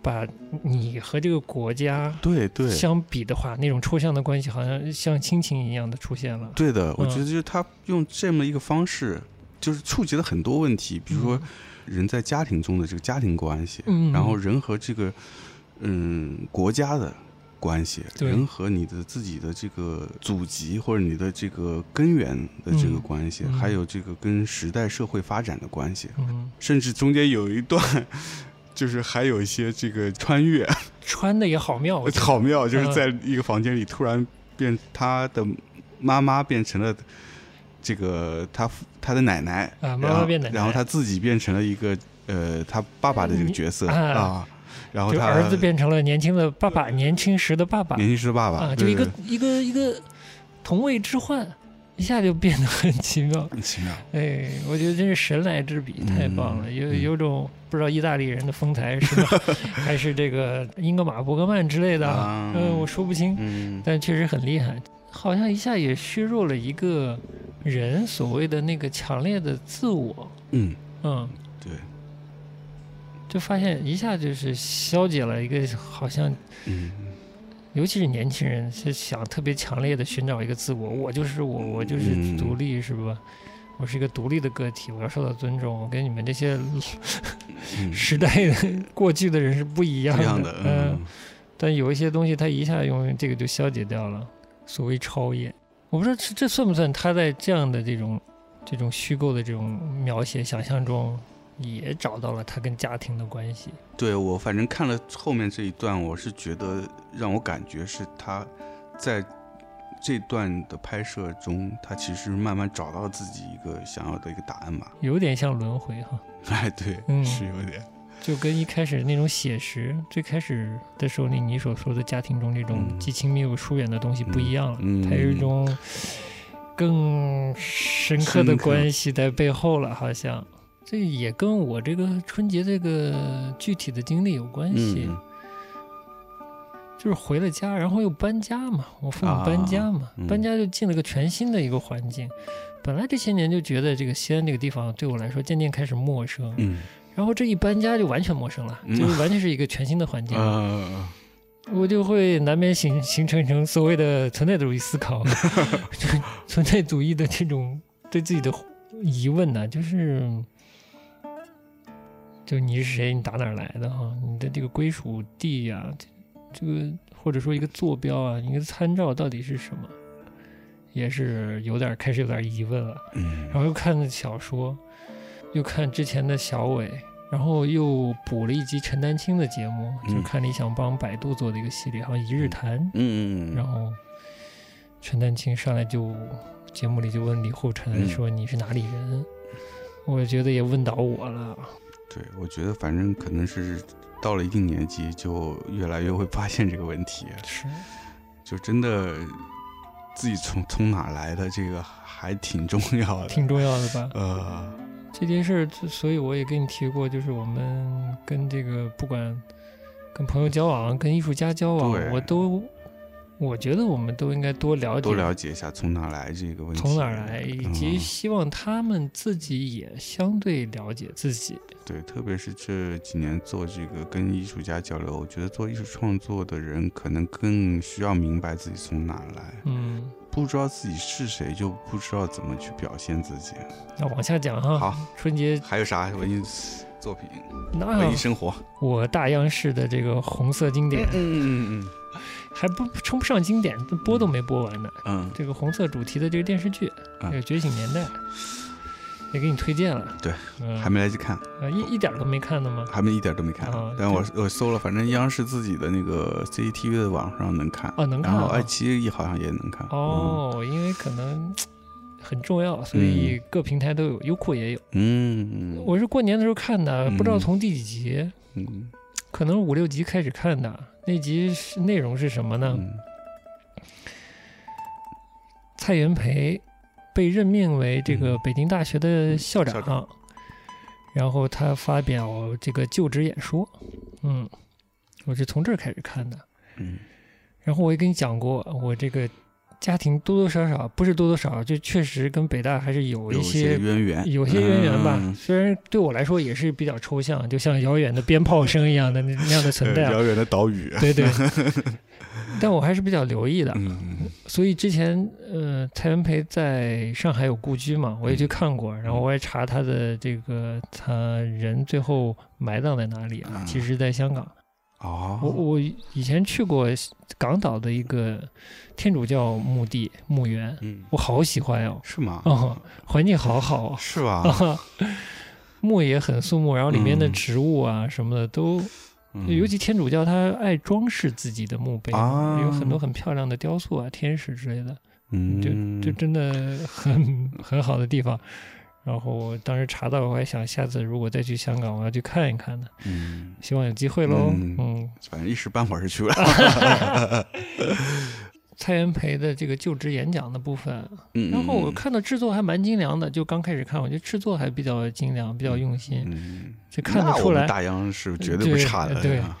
Speaker 1: 把你和这个国家
Speaker 2: 对对
Speaker 1: 相比的话，那种抽象的关系好像像亲情一样的出现了。
Speaker 2: 对的，我
Speaker 1: 嗯
Speaker 2: 觉得就是他用这么一个方式，就是触及了很多问题，比如说人在家庭中的这个家庭关系，
Speaker 1: 嗯，嗯，
Speaker 2: 然后人和这个嗯国家的。关系，
Speaker 1: 对
Speaker 2: 人和你的自己的这个祖籍或者你的这个根源的这个
Speaker 1: 嗯
Speaker 2: 关系，
Speaker 1: 嗯
Speaker 2: 还有这个跟时代社会发展的关系，
Speaker 1: 嗯，
Speaker 2: 甚至中间有一段， [laughs] 就是还有一些这个穿越， [laughs]
Speaker 1: 穿的也好妙，我觉得
Speaker 2: 呃好妙，就是在一个房间里突然变他的妈妈变成了这个他父他的奶奶，
Speaker 1: 啊，妈
Speaker 2: 然
Speaker 1: 妈
Speaker 2: 后
Speaker 1: 变奶奶，
Speaker 2: 然后他自己变成了一个呃他爸爸的这个角色
Speaker 1: 嗯啊
Speaker 2: 啊，然后
Speaker 1: 就
Speaker 2: 他
Speaker 1: 儿子变成了年轻的爸爸，年轻时的爸爸
Speaker 2: 年轻时的爸嗯爸
Speaker 1: 啊，就一个
Speaker 2: 对
Speaker 1: 一个一个同位置换，一下就变得很奇妙。
Speaker 2: 对奇妙，
Speaker 1: 哎，我觉得真是神来之笔，太棒了，
Speaker 2: 嗯
Speaker 1: 有
Speaker 2: 嗯
Speaker 1: 有种不知道意大利人的风采是
Speaker 2: [laughs]
Speaker 1: 吧，还是这个英格玛·伯格曼之类的啊，
Speaker 2: 嗯
Speaker 1: 嗯，我说不清，
Speaker 2: 嗯，
Speaker 1: 但确实很厉害，好像一下也削弱了一个人所谓的那个强烈的自我，
Speaker 2: 嗯，
Speaker 1: 嗯，
Speaker 2: 对，
Speaker 1: 就发现一下就是消解了一个好像，
Speaker 2: 嗯，
Speaker 1: 尤其是年轻人是想特别强烈的寻找一个自我，我就是我，我就是
Speaker 2: 嗯
Speaker 1: 独立，是吧？我是一个独立的个体，我要受到尊重。我跟你们这些
Speaker 2: 嗯
Speaker 1: 时代的过去的人是不一样
Speaker 2: 这
Speaker 1: 的。
Speaker 2: 样的，
Speaker 1: 嗯
Speaker 2: 嗯，
Speaker 1: 但有一些东西，他一下用这个就消解掉了，所谓超越。我不知道这这算不算他在这样的这种这种虚构的这种描写想象中，也找到了他跟家庭的关系。
Speaker 2: 对我反正看了后面这一段，我是觉得让我感觉是他在这段的拍摄中，他其实慢慢找到自己一个想要的一个答案吧。 [laughs]
Speaker 1: 有点像轮回哈，
Speaker 2: 哎，对，
Speaker 1: 嗯
Speaker 2: 是有点，
Speaker 1: 就跟一开始那种写实，最开始的时候那你所说的家庭中这种
Speaker 2: 嗯
Speaker 1: 既亲密又疏远的东西不一样了，
Speaker 2: 嗯嗯
Speaker 1: 它有一种更深刻的
Speaker 2: 深刻
Speaker 1: 关系在背后了，好像这也跟我这个春节这个具体的经历有关系，
Speaker 2: 嗯
Speaker 1: 就是回了家，然后又搬家嘛，我父母搬家嘛，
Speaker 2: 啊嗯
Speaker 1: 搬家就进了个全新的一个环境。本来这些年就觉得这个西安这个地方对我来说渐渐开始陌生，
Speaker 2: 嗯，
Speaker 1: 然后这一搬家就完全陌生了，
Speaker 2: 嗯
Speaker 1: 就是完全是一个全新的环境，
Speaker 2: 呃，
Speaker 1: 我就会难免形形成一种所谓的存在主义思考，就存在主义的这种对自己的疑问呢、就是就你是谁，你打哪儿来的哈、你的这个归属地呀、这这个或者说一个坐标啊，一个参照到底是什么，也是有点开始有点疑问了。然
Speaker 2: 嗯，
Speaker 1: 后又看小说，又看之前的小伟，然后又补了一集陈丹青的节目，
Speaker 2: 嗯
Speaker 1: 就看理想帮百度做的一个系列，好像一日谈。
Speaker 2: 嗯，
Speaker 1: 然后陈丹青上来就节目里就问李厚辰
Speaker 2: 嗯
Speaker 1: 说你是哪里人，我觉得也问倒我了。
Speaker 2: 对，我觉得反正可能是到了一定年纪，就越来越会发现这个问题，
Speaker 1: 是，
Speaker 2: 就真的自己从从哪来的这个还挺重要的，
Speaker 1: 挺重要的吧？
Speaker 2: 呃，
Speaker 1: 这件事儿，之所以我也跟你提过，就是我们跟这个不管跟朋友交往、跟艺术家交往
Speaker 2: 对，
Speaker 1: 我都我觉得我们都应该多了解
Speaker 2: 多了解一下从哪来这个问题，
Speaker 1: 从哪儿来，以及
Speaker 2: 嗯
Speaker 1: 希望他们自己也相对了解自己。
Speaker 2: 对，特别是这几年做这个跟艺术家交流，我觉得做艺术创作的人可能更需要明白自己从哪来，
Speaker 1: 嗯，
Speaker 2: 不知道自己是谁，就不知道怎么去表现自己。
Speaker 1: 那往下讲哈。
Speaker 2: 好，
Speaker 1: 春节
Speaker 2: 还有啥文艺作品、
Speaker 1: 那
Speaker 2: 文艺生活？
Speaker 1: 我大央视的这个红色经典
Speaker 2: 嗯嗯嗯
Speaker 1: 还不称不上经典，播都没播完呢。
Speaker 2: 嗯
Speaker 1: 这个红色主题的这个电视剧，
Speaker 2: 嗯
Speaker 1: 这个《觉醒年代》，也给你推荐了。
Speaker 2: 对
Speaker 1: 嗯，
Speaker 2: 嗯，还没来得及看，
Speaker 1: 呃，一一点儿都没看的吗？
Speaker 2: 还没一点都没看
Speaker 1: 哦。
Speaker 2: 但我我搜了，反正央视自己的那个 CCTV 的网上能看，
Speaker 1: 哦，能看
Speaker 2: 然后
Speaker 1: 啊
Speaker 2: 爱嗯奇艺好像也能看。
Speaker 1: 哦，因为可
Speaker 2: [laughs]
Speaker 1: 能很重要，所以各平台都有，优酷也有。
Speaker 2: 嗯，嗯
Speaker 1: 我是过年的时候看的，
Speaker 2: 嗯
Speaker 1: 不知道从第几集，
Speaker 2: 嗯
Speaker 1: 可能五六集开始看的。那集是内容是什么呢？
Speaker 2: 嗯
Speaker 1: 蔡元培被任命为这个北京大学的校长，
Speaker 2: 嗯校长
Speaker 1: 然后他发表这个就职演说。嗯，我是从这儿开始看的。
Speaker 2: 嗯
Speaker 1: 然后我也跟你讲过，我这个家庭多多少少不是多多少少，就确实跟北大还是有
Speaker 2: 有
Speaker 1: 一
Speaker 2: 一
Speaker 1: 些
Speaker 2: 渊源，
Speaker 1: 有些渊源吧。
Speaker 2: 嗯
Speaker 1: 虽然对我来说也是比较抽象，就像遥远的鞭炮声一样的那那样的存
Speaker 2: [laughs]
Speaker 1: 在啊。
Speaker 2: 呃遥远的
Speaker 1: [laughs]
Speaker 2: 岛屿。
Speaker 1: 对
Speaker 2: [laughs]
Speaker 1: 对，但我还是比较留意的。
Speaker 2: 嗯
Speaker 1: 所以之前，呃，蔡元培在上海有故居嘛，我也去看过，
Speaker 2: 嗯
Speaker 1: 然后我也查他的这个他人最后埋葬在哪里啊
Speaker 2: 啊？
Speaker 1: 其实，在香港。
Speaker 2: 哦，
Speaker 1: 我我以前去过港岛的一个天主教墓地墓园，
Speaker 2: 嗯
Speaker 1: 我好喜欢哦，
Speaker 2: 是吗？
Speaker 1: 哦，环境好好哦
Speaker 2: 是吧？
Speaker 1: 啊， [laughs] 墓也很肃穆，然后里面的
Speaker 2: 嗯
Speaker 1: 植物啊什么的都，
Speaker 2: 嗯
Speaker 1: 尤其天主教他爱装饰自己的墓碑嘛，
Speaker 2: 啊
Speaker 1: 有很多很漂亮的雕塑啊、天使之类的。
Speaker 2: 嗯
Speaker 1: 就真的很 [laughs] 很好的地方。然后我当时查到，我还想下次如果再去香港，我要去看一看的，
Speaker 2: 嗯，
Speaker 1: 希望有机会喽。
Speaker 2: 嗯
Speaker 1: 嗯，
Speaker 2: 反正一时半会儿是去不了。
Speaker 1: 啊蔡元培的这个就职演讲的部分，
Speaker 2: 嗯
Speaker 1: 然后我，看到制作还蛮精良的，就刚开始看，我觉得制作还比较精良，比较用心，
Speaker 2: 嗯，
Speaker 1: 就看得
Speaker 2: 那
Speaker 1: 出
Speaker 2: 我们
Speaker 1: 来，
Speaker 2: 大洋是绝对不差的。
Speaker 1: 对
Speaker 2: 啊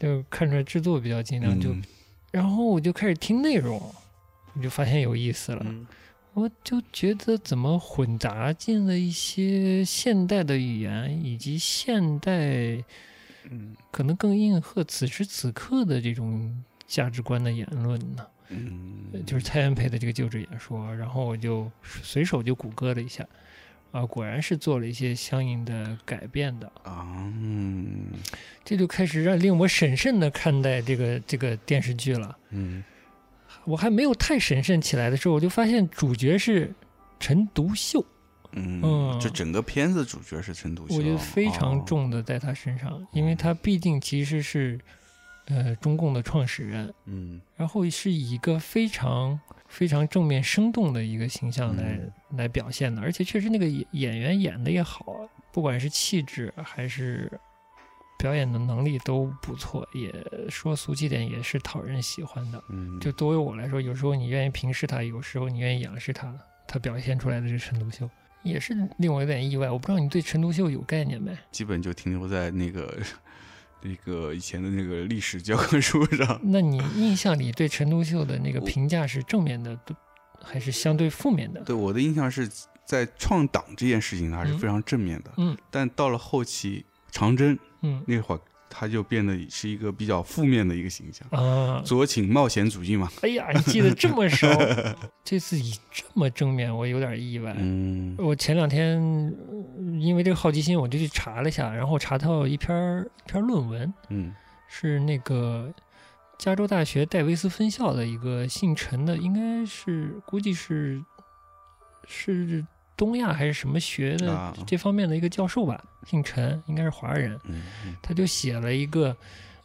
Speaker 1: 就看出来制作比较精良。就
Speaker 2: 嗯
Speaker 1: 然后我就开始听内容，我就发现有意思了。
Speaker 2: 嗯
Speaker 1: 我就觉得怎么混杂进了一些现代的语言，以及现代
Speaker 2: 嗯
Speaker 1: 可能更应和此时此刻的这种价值观的言论呢？
Speaker 2: 嗯，
Speaker 1: 就是蔡元培的这个就职演说，然后我就随手就谷歌了一下，啊，果然是做了一些相应的改变的。
Speaker 2: 啊，嗯
Speaker 1: 这就开始让令我审慎的看待这个这个电视剧了。
Speaker 2: 嗯
Speaker 1: 我还没有太审慎起来的时候，我就发现主角是陈独秀，
Speaker 2: 嗯，
Speaker 1: 嗯
Speaker 2: 就整个片子主角是陈独秀，
Speaker 1: 我觉得非常
Speaker 2: 哦，嗯
Speaker 1: 重的在他身上，因为他毕竟其实是呃中共的创始人，
Speaker 2: 嗯
Speaker 1: 然后是以一个非常非常正面生动的一个形象来、
Speaker 2: 嗯
Speaker 1: 来表现的，而且确实那个演演员演的也好，不管是气质还是表演的能力都不错，也说俗气点也是讨人喜欢的。
Speaker 2: 嗯，
Speaker 1: 就作为我来说，有时候你愿意平视他，有时候你愿意仰视他，他表现出来的这陈独秀也是令我有点意外。我不知道你对陈独秀有概念没？
Speaker 2: 基本就停留在那个那个以前的那个历史教科书上。 [laughs]
Speaker 1: 那你印象里对陈独秀的那个
Speaker 2: 我
Speaker 1: 评价是正面的，对还是相对负面的？
Speaker 2: 对我的印象是在创党这件事情，他是
Speaker 1: 嗯
Speaker 2: 非常正面的，
Speaker 1: 嗯
Speaker 2: 但到了后期长征 [laughs]
Speaker 1: 嗯
Speaker 2: 那会儿，他就变得是一个比较负面的一个形象，
Speaker 1: 啊，
Speaker 2: 左倾冒险主义嘛。
Speaker 1: 哎呀，你记得这么熟，这次以这么正面，我有点意外。
Speaker 2: 嗯
Speaker 1: 我前两天呃因为这个好奇心，我就去查了一下，然后查到一篇儿一篇论文，
Speaker 2: 嗯
Speaker 1: 是那个加州大学戴维斯分校的一个姓陈的，应该是估计是是东亚还是什么学
Speaker 2: 啊
Speaker 1: 的嗯这方面的一个教授吧，姓陈，应该是华人，
Speaker 2: 嗯嗯
Speaker 1: 他就写了一个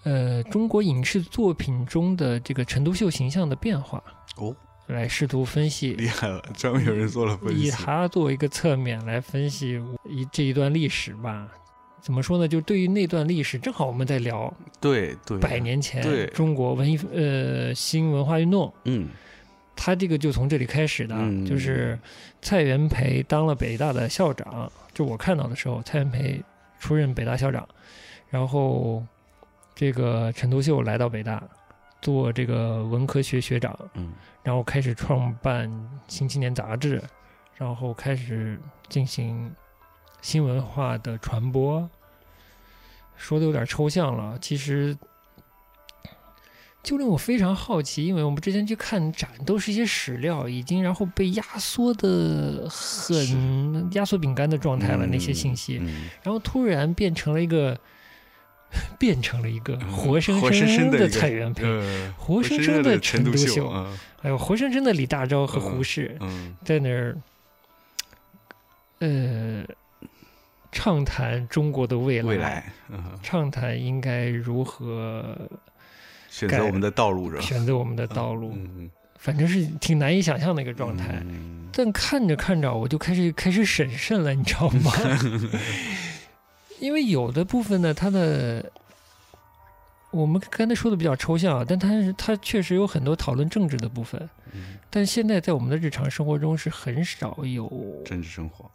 Speaker 1: 呃中国影视作品中的这个陈独秀形象的变化，
Speaker 2: 哦，
Speaker 1: 来试图分析。
Speaker 2: 厉害了，专门有人做了分
Speaker 1: 以
Speaker 2: 析。
Speaker 1: 他作为一个侧面来分析一这一段历史吧，怎么说呢？就对于那段历史，正好我们在聊
Speaker 2: 对对，
Speaker 1: 百年前
Speaker 2: 对
Speaker 1: 中国文艺呃新文化运动，
Speaker 2: 嗯
Speaker 1: 他这个就从这里开始的，
Speaker 2: 嗯
Speaker 1: 就是蔡元培当了北大的校长，就我看到的时候，蔡元培出任北大校长，然后这个陈独秀来到北大做这个文科学学长，
Speaker 2: 嗯
Speaker 1: 然后开始创办《新青年》杂志，然后开始进行新文化的传播。说的有点抽象了，其实就令我非常好奇，因为我们之前去看展都是一些史料，已经然后被压缩的很压缩饼干的状态了、
Speaker 2: 嗯
Speaker 1: 那些信息，
Speaker 2: 嗯
Speaker 1: 然后突然变成了一个 [laughs] 变成了一个活生
Speaker 2: 嗯活生生的一
Speaker 1: 的
Speaker 2: 个
Speaker 1: 蔡元培。
Speaker 2: 呃
Speaker 1: 活生
Speaker 2: 生
Speaker 1: 生
Speaker 2: 的
Speaker 1: 的
Speaker 2: 陈
Speaker 1: 陈独
Speaker 2: 秀
Speaker 1: 秀
Speaker 2: 啊，
Speaker 1: 还有活生生的李大钊和胡适
Speaker 2: 嗯
Speaker 1: 在那儿，呃，畅谈中国的未来，
Speaker 2: 未来，嗯，
Speaker 1: 畅谈应该如何
Speaker 2: 选择我们的道路是吧？
Speaker 1: 选择我们的道路，
Speaker 2: 嗯，
Speaker 1: 反正是挺难以想象的一个状态。
Speaker 2: 嗯
Speaker 1: 但看着看着，我就开始开始审慎了，你知道
Speaker 2: [laughs]
Speaker 1: 吗？因为有的部分呢，它的我们刚才说的比较抽象啊，但它是它确实有很多讨论政治的部分。
Speaker 2: 嗯
Speaker 1: 但现在在我们的日常生活中是很少有
Speaker 2: 政治生活，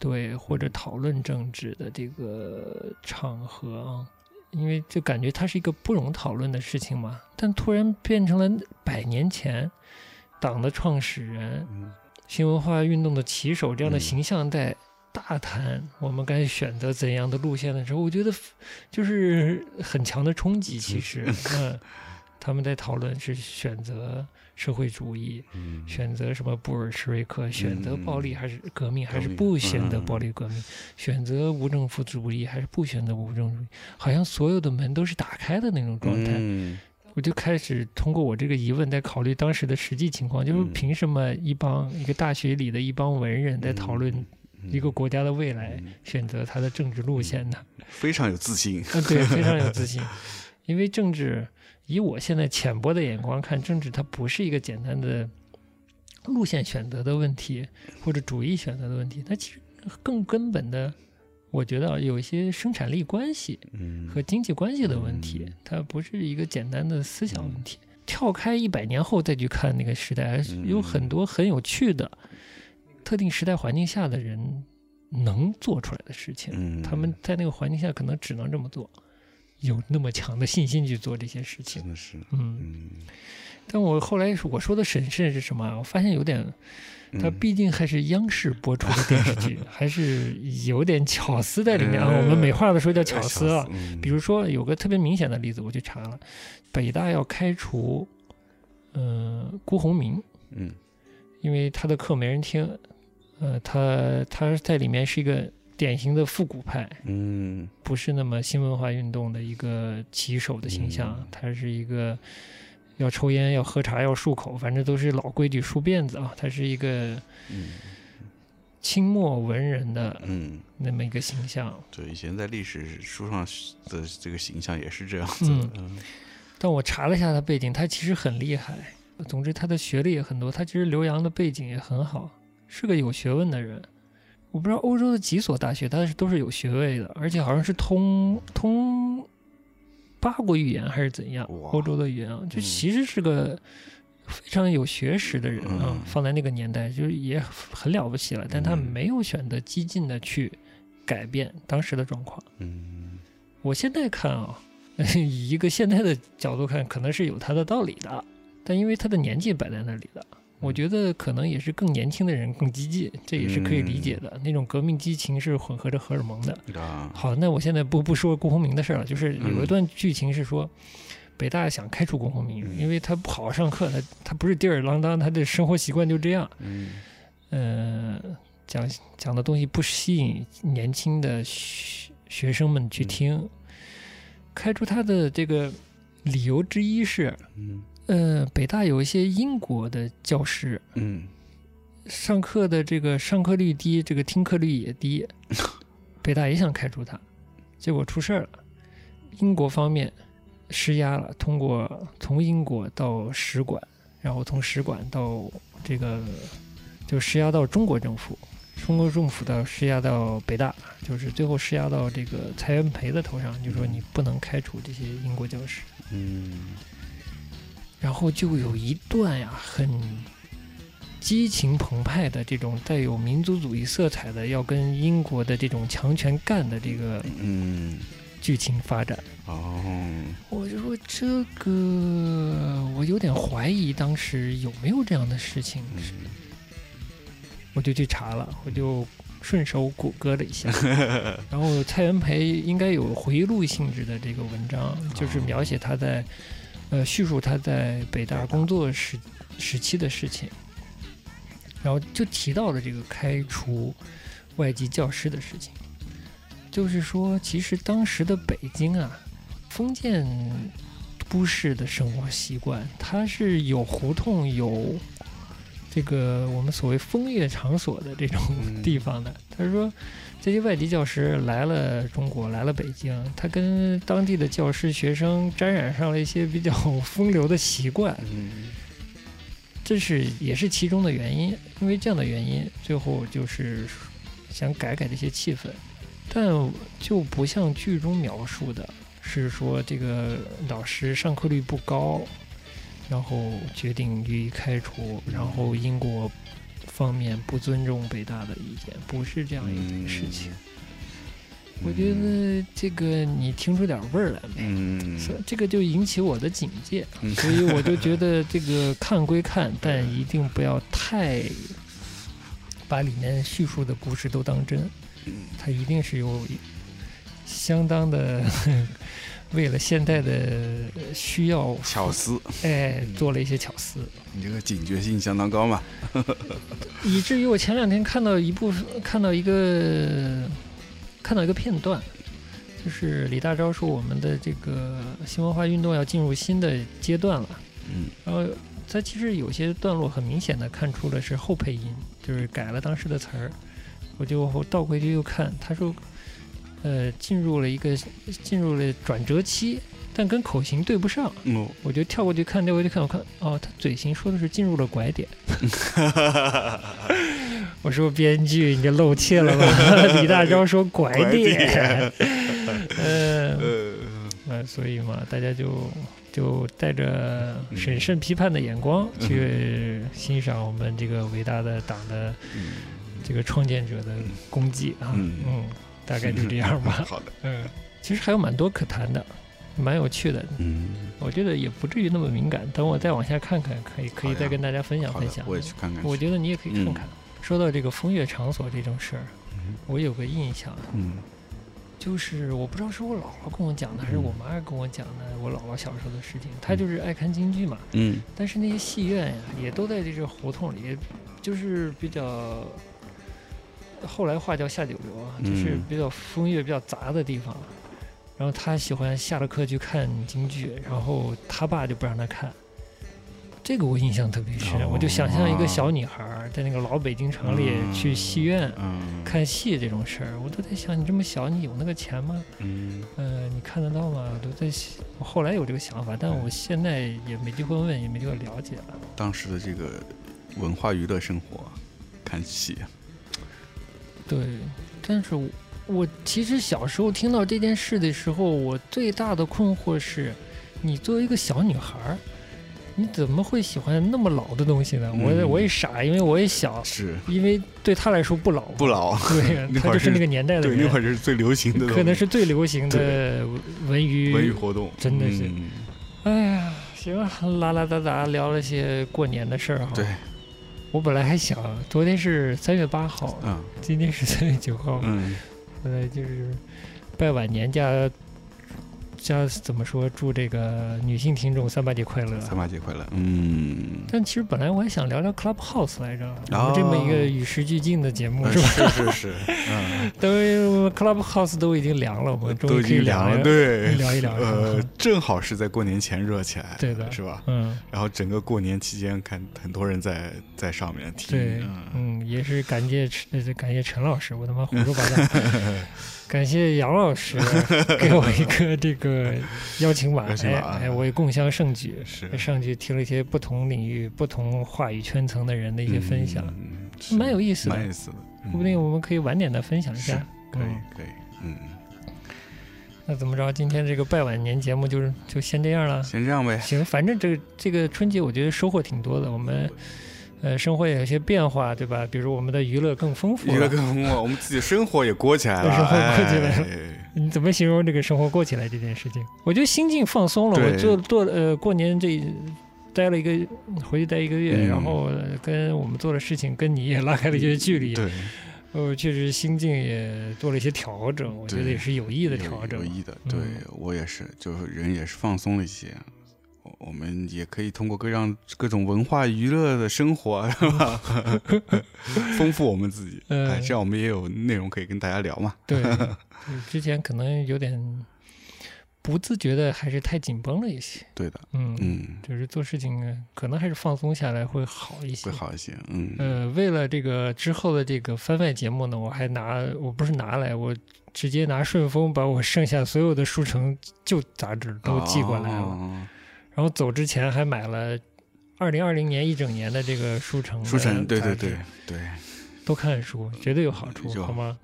Speaker 1: 对或者讨论政治的这个场合啊，因为就感觉它是一个不容讨论的事情嘛。但突然变成了百年前党的创始人、
Speaker 2: 嗯
Speaker 1: 新文化运动的旗手这样的
Speaker 2: 嗯
Speaker 1: 形象在大谈我们该选择怎样的路线的时候，我觉得就是很强的冲击。其实，嗯，他们在讨论是选择社会主义，
Speaker 2: 嗯
Speaker 1: 选择什么布尔什维克，选择暴力还是革命，还是
Speaker 2: 革命嗯
Speaker 1: 不选择暴力革命，选择无政府主义还是不选择无政府主义，好像所有的门都是打开的那种状态。
Speaker 2: 嗯
Speaker 1: 我就开始通过我这个疑问，在考虑当时的实际情况，就是
Speaker 2: 嗯
Speaker 1: 凭什么一帮一个大学里的一帮文人在讨论
Speaker 2: 嗯嗯
Speaker 1: 一个国家的未来，
Speaker 2: 嗯
Speaker 1: 选择他的政治路线呢？
Speaker 2: 非常有自信，
Speaker 1: 啊，对，非常有自信，因为政治，以我现在浅薄的眼光看，政治它不是一个简单的路线选择的问题，或者主义选择的问题，它其实更根本的，我觉得啊有一些生产力关系
Speaker 2: 嗯
Speaker 1: 和经济关系的问题
Speaker 2: 嗯，
Speaker 1: 它不是一个简单的思想问题。跳开一百年后再去看那个时代，还是有很多很有趣的特定时代环境下的人能做出来的事情。
Speaker 2: 嗯
Speaker 1: 他们在那个环境下可能只能这么做，有那么强的信心去做这些事情。
Speaker 2: 真的是，
Speaker 1: 嗯，
Speaker 2: 嗯，
Speaker 1: 但我后来我说的审慎是什么啊？我发现有点，它
Speaker 2: 嗯
Speaker 1: 毕竟还是央视播出的电视 [laughs] 剧，还是有点巧思在里面啊。
Speaker 2: 呃
Speaker 1: 我们美化的时候叫巧思啊。，
Speaker 2: 嗯
Speaker 1: 比如说有个特别明显的例子，我去查了，北大要开除，嗯、辜鸿铭，
Speaker 2: 嗯
Speaker 1: 因为他的课没人听，呃，他他在里面是一个典型的复古派，
Speaker 2: 嗯
Speaker 1: 不是那么新文化运动的一个旗手的形象，
Speaker 2: 嗯
Speaker 1: 他是一个要抽烟、要喝茶、要漱口，反正都是老规矩梳辫子啊。他是一个
Speaker 2: 嗯
Speaker 1: 清末文人的
Speaker 2: 嗯，
Speaker 1: 那么一个形象，
Speaker 2: 对，以前在历史书上的这个形象也是这样子
Speaker 1: 嗯
Speaker 2: 的。嗯
Speaker 1: 但我查了一下他背景，他其实很厉害。总之，他的学历也很多，他其实留洋的背景也很好，是个有学问的人。我不知道欧洲的几所大学，他是都是有学位的，而且好像是通通八国语言还是怎样，
Speaker 2: 哇嗯
Speaker 1: 欧洲的语言啊，就其实是个非常有学识的人啊，
Speaker 2: 嗯
Speaker 1: 放在那个年代就是也很了不起了，但他
Speaker 2: 嗯
Speaker 1: 没有选择激进的去改变当时的状况。
Speaker 2: 嗯
Speaker 1: 我现在看啊， [laughs] 以一个现在的角度看，可能是有他的道理的，但因为他的年纪摆在那里的，
Speaker 2: 嗯
Speaker 1: 我觉得可能也是更年轻的人更激进，这也是可以理解的。
Speaker 2: 嗯
Speaker 1: 那种革命激情是混合着荷尔蒙的。
Speaker 2: 啊，
Speaker 1: 好，那我现在不不说顾鸿明的事儿了，就是
Speaker 2: 嗯
Speaker 1: 有一段剧情是说。北大想开除顾鸿明，
Speaker 2: 嗯
Speaker 1: 因为他不好好上课，他他不是吊儿郎当，他的生活习惯就这样。
Speaker 2: 嗯
Speaker 1: 呃，讲讲的东西不吸引年轻的学学生们去听。开除他的这个理由之一是，
Speaker 2: 嗯
Speaker 1: 呃，北大有一些英国的教师
Speaker 2: 嗯
Speaker 1: 上课的这个上课率低，这个听课率也低，北大也想开除他，结果出事儿了，英国方面施压了，通过从英国到使馆，然后从使馆到这个就施压到中国政府，中国政府到施压到北大，就是最后施压到这个蔡元培的头上，就说你不能开除这些英国教师。
Speaker 2: 嗯
Speaker 1: 然后就有一段呀，很激情澎湃的这种带有民族主义色彩的，要跟英国的这种强权干的这个
Speaker 2: 嗯，
Speaker 1: 剧情发展。
Speaker 2: 哦，
Speaker 1: 我就说这个，我有点怀疑当时有没有这样的事情，
Speaker 2: 嗯
Speaker 1: 我就去查了，我就顺手谷歌了一 [laughs] 下，然后蔡元培应该有回忆录性质的这个文章，就是描写他在，呃，叙述他在哦北大工作时时期的事情，然后就提到了这个开除外籍教师的事情，就是说，其实当时的北京啊，封建都市的生活习惯，它是有胡同有。这个我们所谓风月场所的这种
Speaker 2: 嗯
Speaker 1: 地方的。他说，这些外籍教师来了中国，来了北京，他跟当地的教师、学生沾染上了一些比较 [laughs] 风流的习惯，
Speaker 2: 嗯
Speaker 1: 这是也是其中的原因。因为这样的原因，最后就是想改改这些气氛，但就不像剧中描述的，是说这个老师上课率不高，然后决定予以开除，然后英国方面不尊重北大的意见，不是这样一件事
Speaker 2: 嗯
Speaker 1: 情。我觉得这个你听出点味儿来没？
Speaker 2: 嗯
Speaker 1: 所以这个就引起我的警戒，
Speaker 2: 嗯
Speaker 1: 所以我就觉得这个看归看，但一定不要太把里面叙述的故事都当真，
Speaker 2: 嗯
Speaker 1: 它一定是有相当的 [laughs] 为了现代的需要，
Speaker 2: 巧思，
Speaker 1: 哎，做了一些巧思。
Speaker 2: 你这个警觉性相当高嘛。
Speaker 1: 以至于我前两天看到一部看到一个看到一个片段，就是李大钊说我们的这个新文化运动要进入新的阶段了，
Speaker 2: 嗯
Speaker 1: 然后他其实有些段落很明显的看出了是后配音，就是改了当时的词儿。我就倒回去又看，他说，呃，进入了一个进入了转折期，但跟口型对不上。
Speaker 2: 哦，
Speaker 1: 我就跳过去看，跳过去看，我看哦，他嘴型说的是进入了拐点。我说编剧，你这露怯了吧？李大钊说 [laughs] 拐点，呃
Speaker 2: 呃，
Speaker 1: 呃，所以嘛，大家就就带着
Speaker 2: 嗯
Speaker 1: 审慎批判的眼光去欣赏我们这个伟大的党的这个创建者的功绩啊，
Speaker 2: 嗯
Speaker 1: 嗯，大概就这样
Speaker 2: [laughs]
Speaker 1: 吧，
Speaker 2: 好的，
Speaker 1: 嗯，其实还有蛮多可谈的，蛮有趣的，
Speaker 2: 嗯，
Speaker 1: 我觉得也不至于那么敏感，等我再往下看看，可以可以
Speaker 2: 好呀
Speaker 1: 再跟大家分享
Speaker 2: 好
Speaker 1: 分
Speaker 2: 的
Speaker 1: 享，。啊
Speaker 2: 我也去看嗯看。
Speaker 1: 我觉得你也可以看看。说到这个风月场所这种事儿，
Speaker 2: 嗯
Speaker 1: 我有个印象，啊
Speaker 2: 嗯
Speaker 1: 就是我不知道是我姥姥跟我讲的，还是
Speaker 2: 嗯
Speaker 1: 我妈跟我讲的，我姥姥小时候的事情。她就是爱看京剧嘛，
Speaker 2: 嗯
Speaker 1: 但是那些戏院呀，也都在这个胡同里，就是比较后来话叫下九流啊，就是
Speaker 2: 嗯
Speaker 1: 比较风月比较杂的地方。然后他喜欢下了课去看京剧，然后他爸就不让他看。这个我印象特别深，
Speaker 2: 哦
Speaker 1: 我就想象一个小女孩儿在那个老北京城里
Speaker 2: 嗯
Speaker 1: 去戏院
Speaker 2: 嗯
Speaker 1: 看戏这种事儿，我都在想，你这么小，你有那个钱吗？
Speaker 2: 嗯
Speaker 1: 呃，你看得到吗？我都在想，我后来有这个想法，但我现在也没机会问，也没机会了解了。
Speaker 2: 当时的这个文化娱乐生活，看戏，
Speaker 1: 对，但是我我其实小时候听到这件事的时候，我最大的困惑是，你作为一个小女孩儿，你怎么会喜欢那么老的东西呢？我也
Speaker 2: 嗯
Speaker 1: 我也傻，因为我也小，
Speaker 2: 是
Speaker 1: 因为对她来说不老，
Speaker 2: 不，老，
Speaker 1: 对
Speaker 2: 那，会
Speaker 1: 她
Speaker 2: 儿
Speaker 1: 就是
Speaker 2: 是
Speaker 1: 那个年 [laughs] 代的
Speaker 2: 对，那会
Speaker 1: 人，
Speaker 2: 儿是最流行的东西，
Speaker 1: 可能是最流行的文娱
Speaker 2: 文娱活动，
Speaker 1: 真的是
Speaker 2: 嗯
Speaker 1: 哎呀，行啊，拉拉杂杂聊了些过年的事儿哈。
Speaker 2: 对，
Speaker 1: 我本来还想，昨天是三月八号，
Speaker 2: 嗯
Speaker 1: 今天是三月九号，
Speaker 2: 嗯，
Speaker 1: 本来就是拜晚年加加怎么说，祝这个女性听众三八节快乐。
Speaker 2: 三八节快乐，嗯。
Speaker 1: 但其实本来我还想聊聊 Clubhouse 来着，我们这么一个与时俱进的节目、
Speaker 2: 嗯
Speaker 1: 是吧？
Speaker 2: [laughs] 是是是，嗯，
Speaker 1: 都 Clubhouse 都已经凉了，我们终
Speaker 2: 都
Speaker 1: 于
Speaker 2: 已
Speaker 1: 可以
Speaker 2: 经
Speaker 1: 聊
Speaker 2: 凉了，
Speaker 1: 聊。[laughs]
Speaker 2: 对，
Speaker 1: 聊一
Speaker 2: [laughs]
Speaker 1: 聊
Speaker 2: 呃，正好是在过年前热起来，
Speaker 1: 对的
Speaker 2: 是吧？
Speaker 1: 嗯，
Speaker 2: 然后整个过年期间，看很多人在在上面听，
Speaker 1: 对
Speaker 2: 嗯，
Speaker 1: 嗯，也是感谢陈感谢陈老师，我他妈胡说八道，
Speaker 2: [laughs]
Speaker 1: 感谢杨老师给我一个这个邀请码
Speaker 2: 邀，请
Speaker 1: 哎
Speaker 2: 码嗯
Speaker 1: 哎，我也共襄盛举，
Speaker 2: 是
Speaker 1: 上去听了一些不同领域、不同话语圈层的人的一些分享，
Speaker 2: 嗯
Speaker 1: 蛮有意思的
Speaker 2: 蛮有意思的，嗯
Speaker 1: 说不定我们可以晚点的分享一
Speaker 2: 是
Speaker 1: 下。
Speaker 2: 可以
Speaker 1: 嗯
Speaker 2: 可以，嗯，
Speaker 1: 那怎么着？今天这个拜晚年节目就是就先这样
Speaker 2: [laughs]
Speaker 1: 了。
Speaker 2: 先这样呗，
Speaker 1: 行，反正这个这个春节我觉得收获挺多的，我们呃生活也有些变化，对吧？比如我们的娱乐更丰富
Speaker 2: 娱乐
Speaker 1: 了。
Speaker 2: 跟
Speaker 1: [laughs]
Speaker 2: 我我们自己生活也过起来了，哎
Speaker 1: 生活过起来了
Speaker 2: 来
Speaker 1: 你怎么形容这个生活过起来这件事情？我觉得心境放松了。
Speaker 2: 对
Speaker 1: 我做做呃过年这待了一个回去待一个月，
Speaker 2: 嗯
Speaker 1: 然后呃跟我们做的事情跟你也拉开了一些距离。
Speaker 2: 对，
Speaker 1: 呃，确实心境也做了一些调整，我觉得
Speaker 2: 对
Speaker 1: 也是有益的
Speaker 2: 有
Speaker 1: 调整
Speaker 2: 有。益的，对
Speaker 1: 嗯
Speaker 2: 我也是，就是人也是放松了一些。我我们也可以通过各样各种文化娱乐的生活， [laughs] 是吧？丰富我们自己，
Speaker 1: [laughs] 嗯
Speaker 2: 哎，这样我们也有内容可以跟大家聊嘛。 [laughs]
Speaker 1: 对，对之前可能有点不自觉的还是太紧绷了一些。
Speaker 2: 对的，
Speaker 1: 嗯，
Speaker 2: 嗯，
Speaker 1: 就是做事情呃可能还是放松下来会好一些。
Speaker 2: 会好一些，嗯，
Speaker 1: 呃，为了这个之后的这个番外节目呢，我还拿我不是拿来，我直接拿顺丰把我剩下所有的书城旧杂志都寄过来了。
Speaker 2: 哦
Speaker 1: 然后走之前还买了二零二零年一整年的这个书城的
Speaker 2: 书城，对对
Speaker 1: 杂志
Speaker 2: 对，对，
Speaker 1: 多看书绝对有好处，
Speaker 2: 有
Speaker 1: 好吗？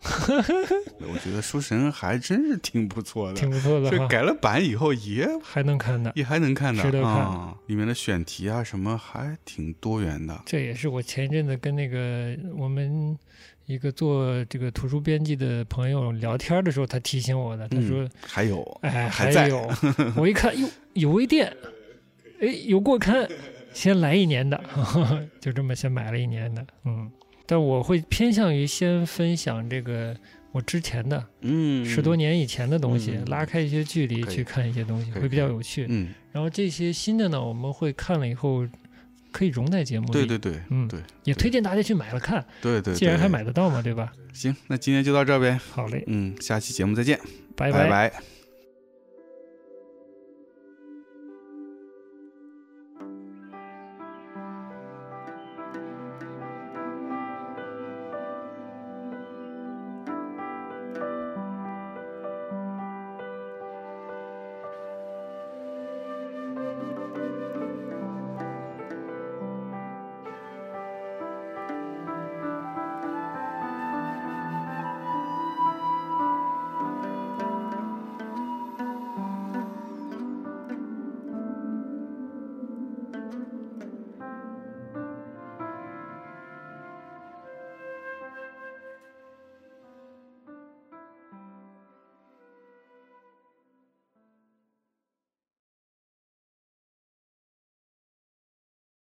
Speaker 2: 我觉得书神还真是挺不错
Speaker 1: 挺
Speaker 2: 的，
Speaker 1: 不错的
Speaker 2: 这
Speaker 1: 哈，
Speaker 2: 改了版以后也
Speaker 1: 还能看的。
Speaker 2: 也还能看的
Speaker 1: 值得看
Speaker 2: 啊，里面的选题啊什么还挺多元的，
Speaker 1: 这也是我前一阵子跟那个我们一个做这个图书编辑的朋友聊天的时候，他提醒我的。他说：“
Speaker 2: 嗯还有
Speaker 1: 哎，
Speaker 2: 还
Speaker 1: 还
Speaker 2: 在
Speaker 1: 有，我一看，哟，有微店，哎，有过刊，先来一年的， [laughs] 就这么先买了一年的，嗯。但我会偏向于先分享这个我之前的、
Speaker 2: 嗯
Speaker 1: 十多年以前的东西，
Speaker 2: 嗯
Speaker 1: 拉开一些距离
Speaker 2: 可以
Speaker 1: 去看一些东西，
Speaker 2: 可以
Speaker 1: 会比较有趣。
Speaker 2: 嗯，
Speaker 1: 然后这些新的呢，我们会看了以后可以融在节目里，
Speaker 2: 对对对，
Speaker 1: 嗯
Speaker 2: 对
Speaker 1: 也推荐大家去买了看，
Speaker 2: 对对，
Speaker 1: 既然
Speaker 2: 对
Speaker 1: 还买得到嘛，对吧？
Speaker 2: 行，那今天就到这儿呗，
Speaker 1: 好嘞，
Speaker 2: 嗯，下期节目再见，
Speaker 1: 拜
Speaker 2: 拜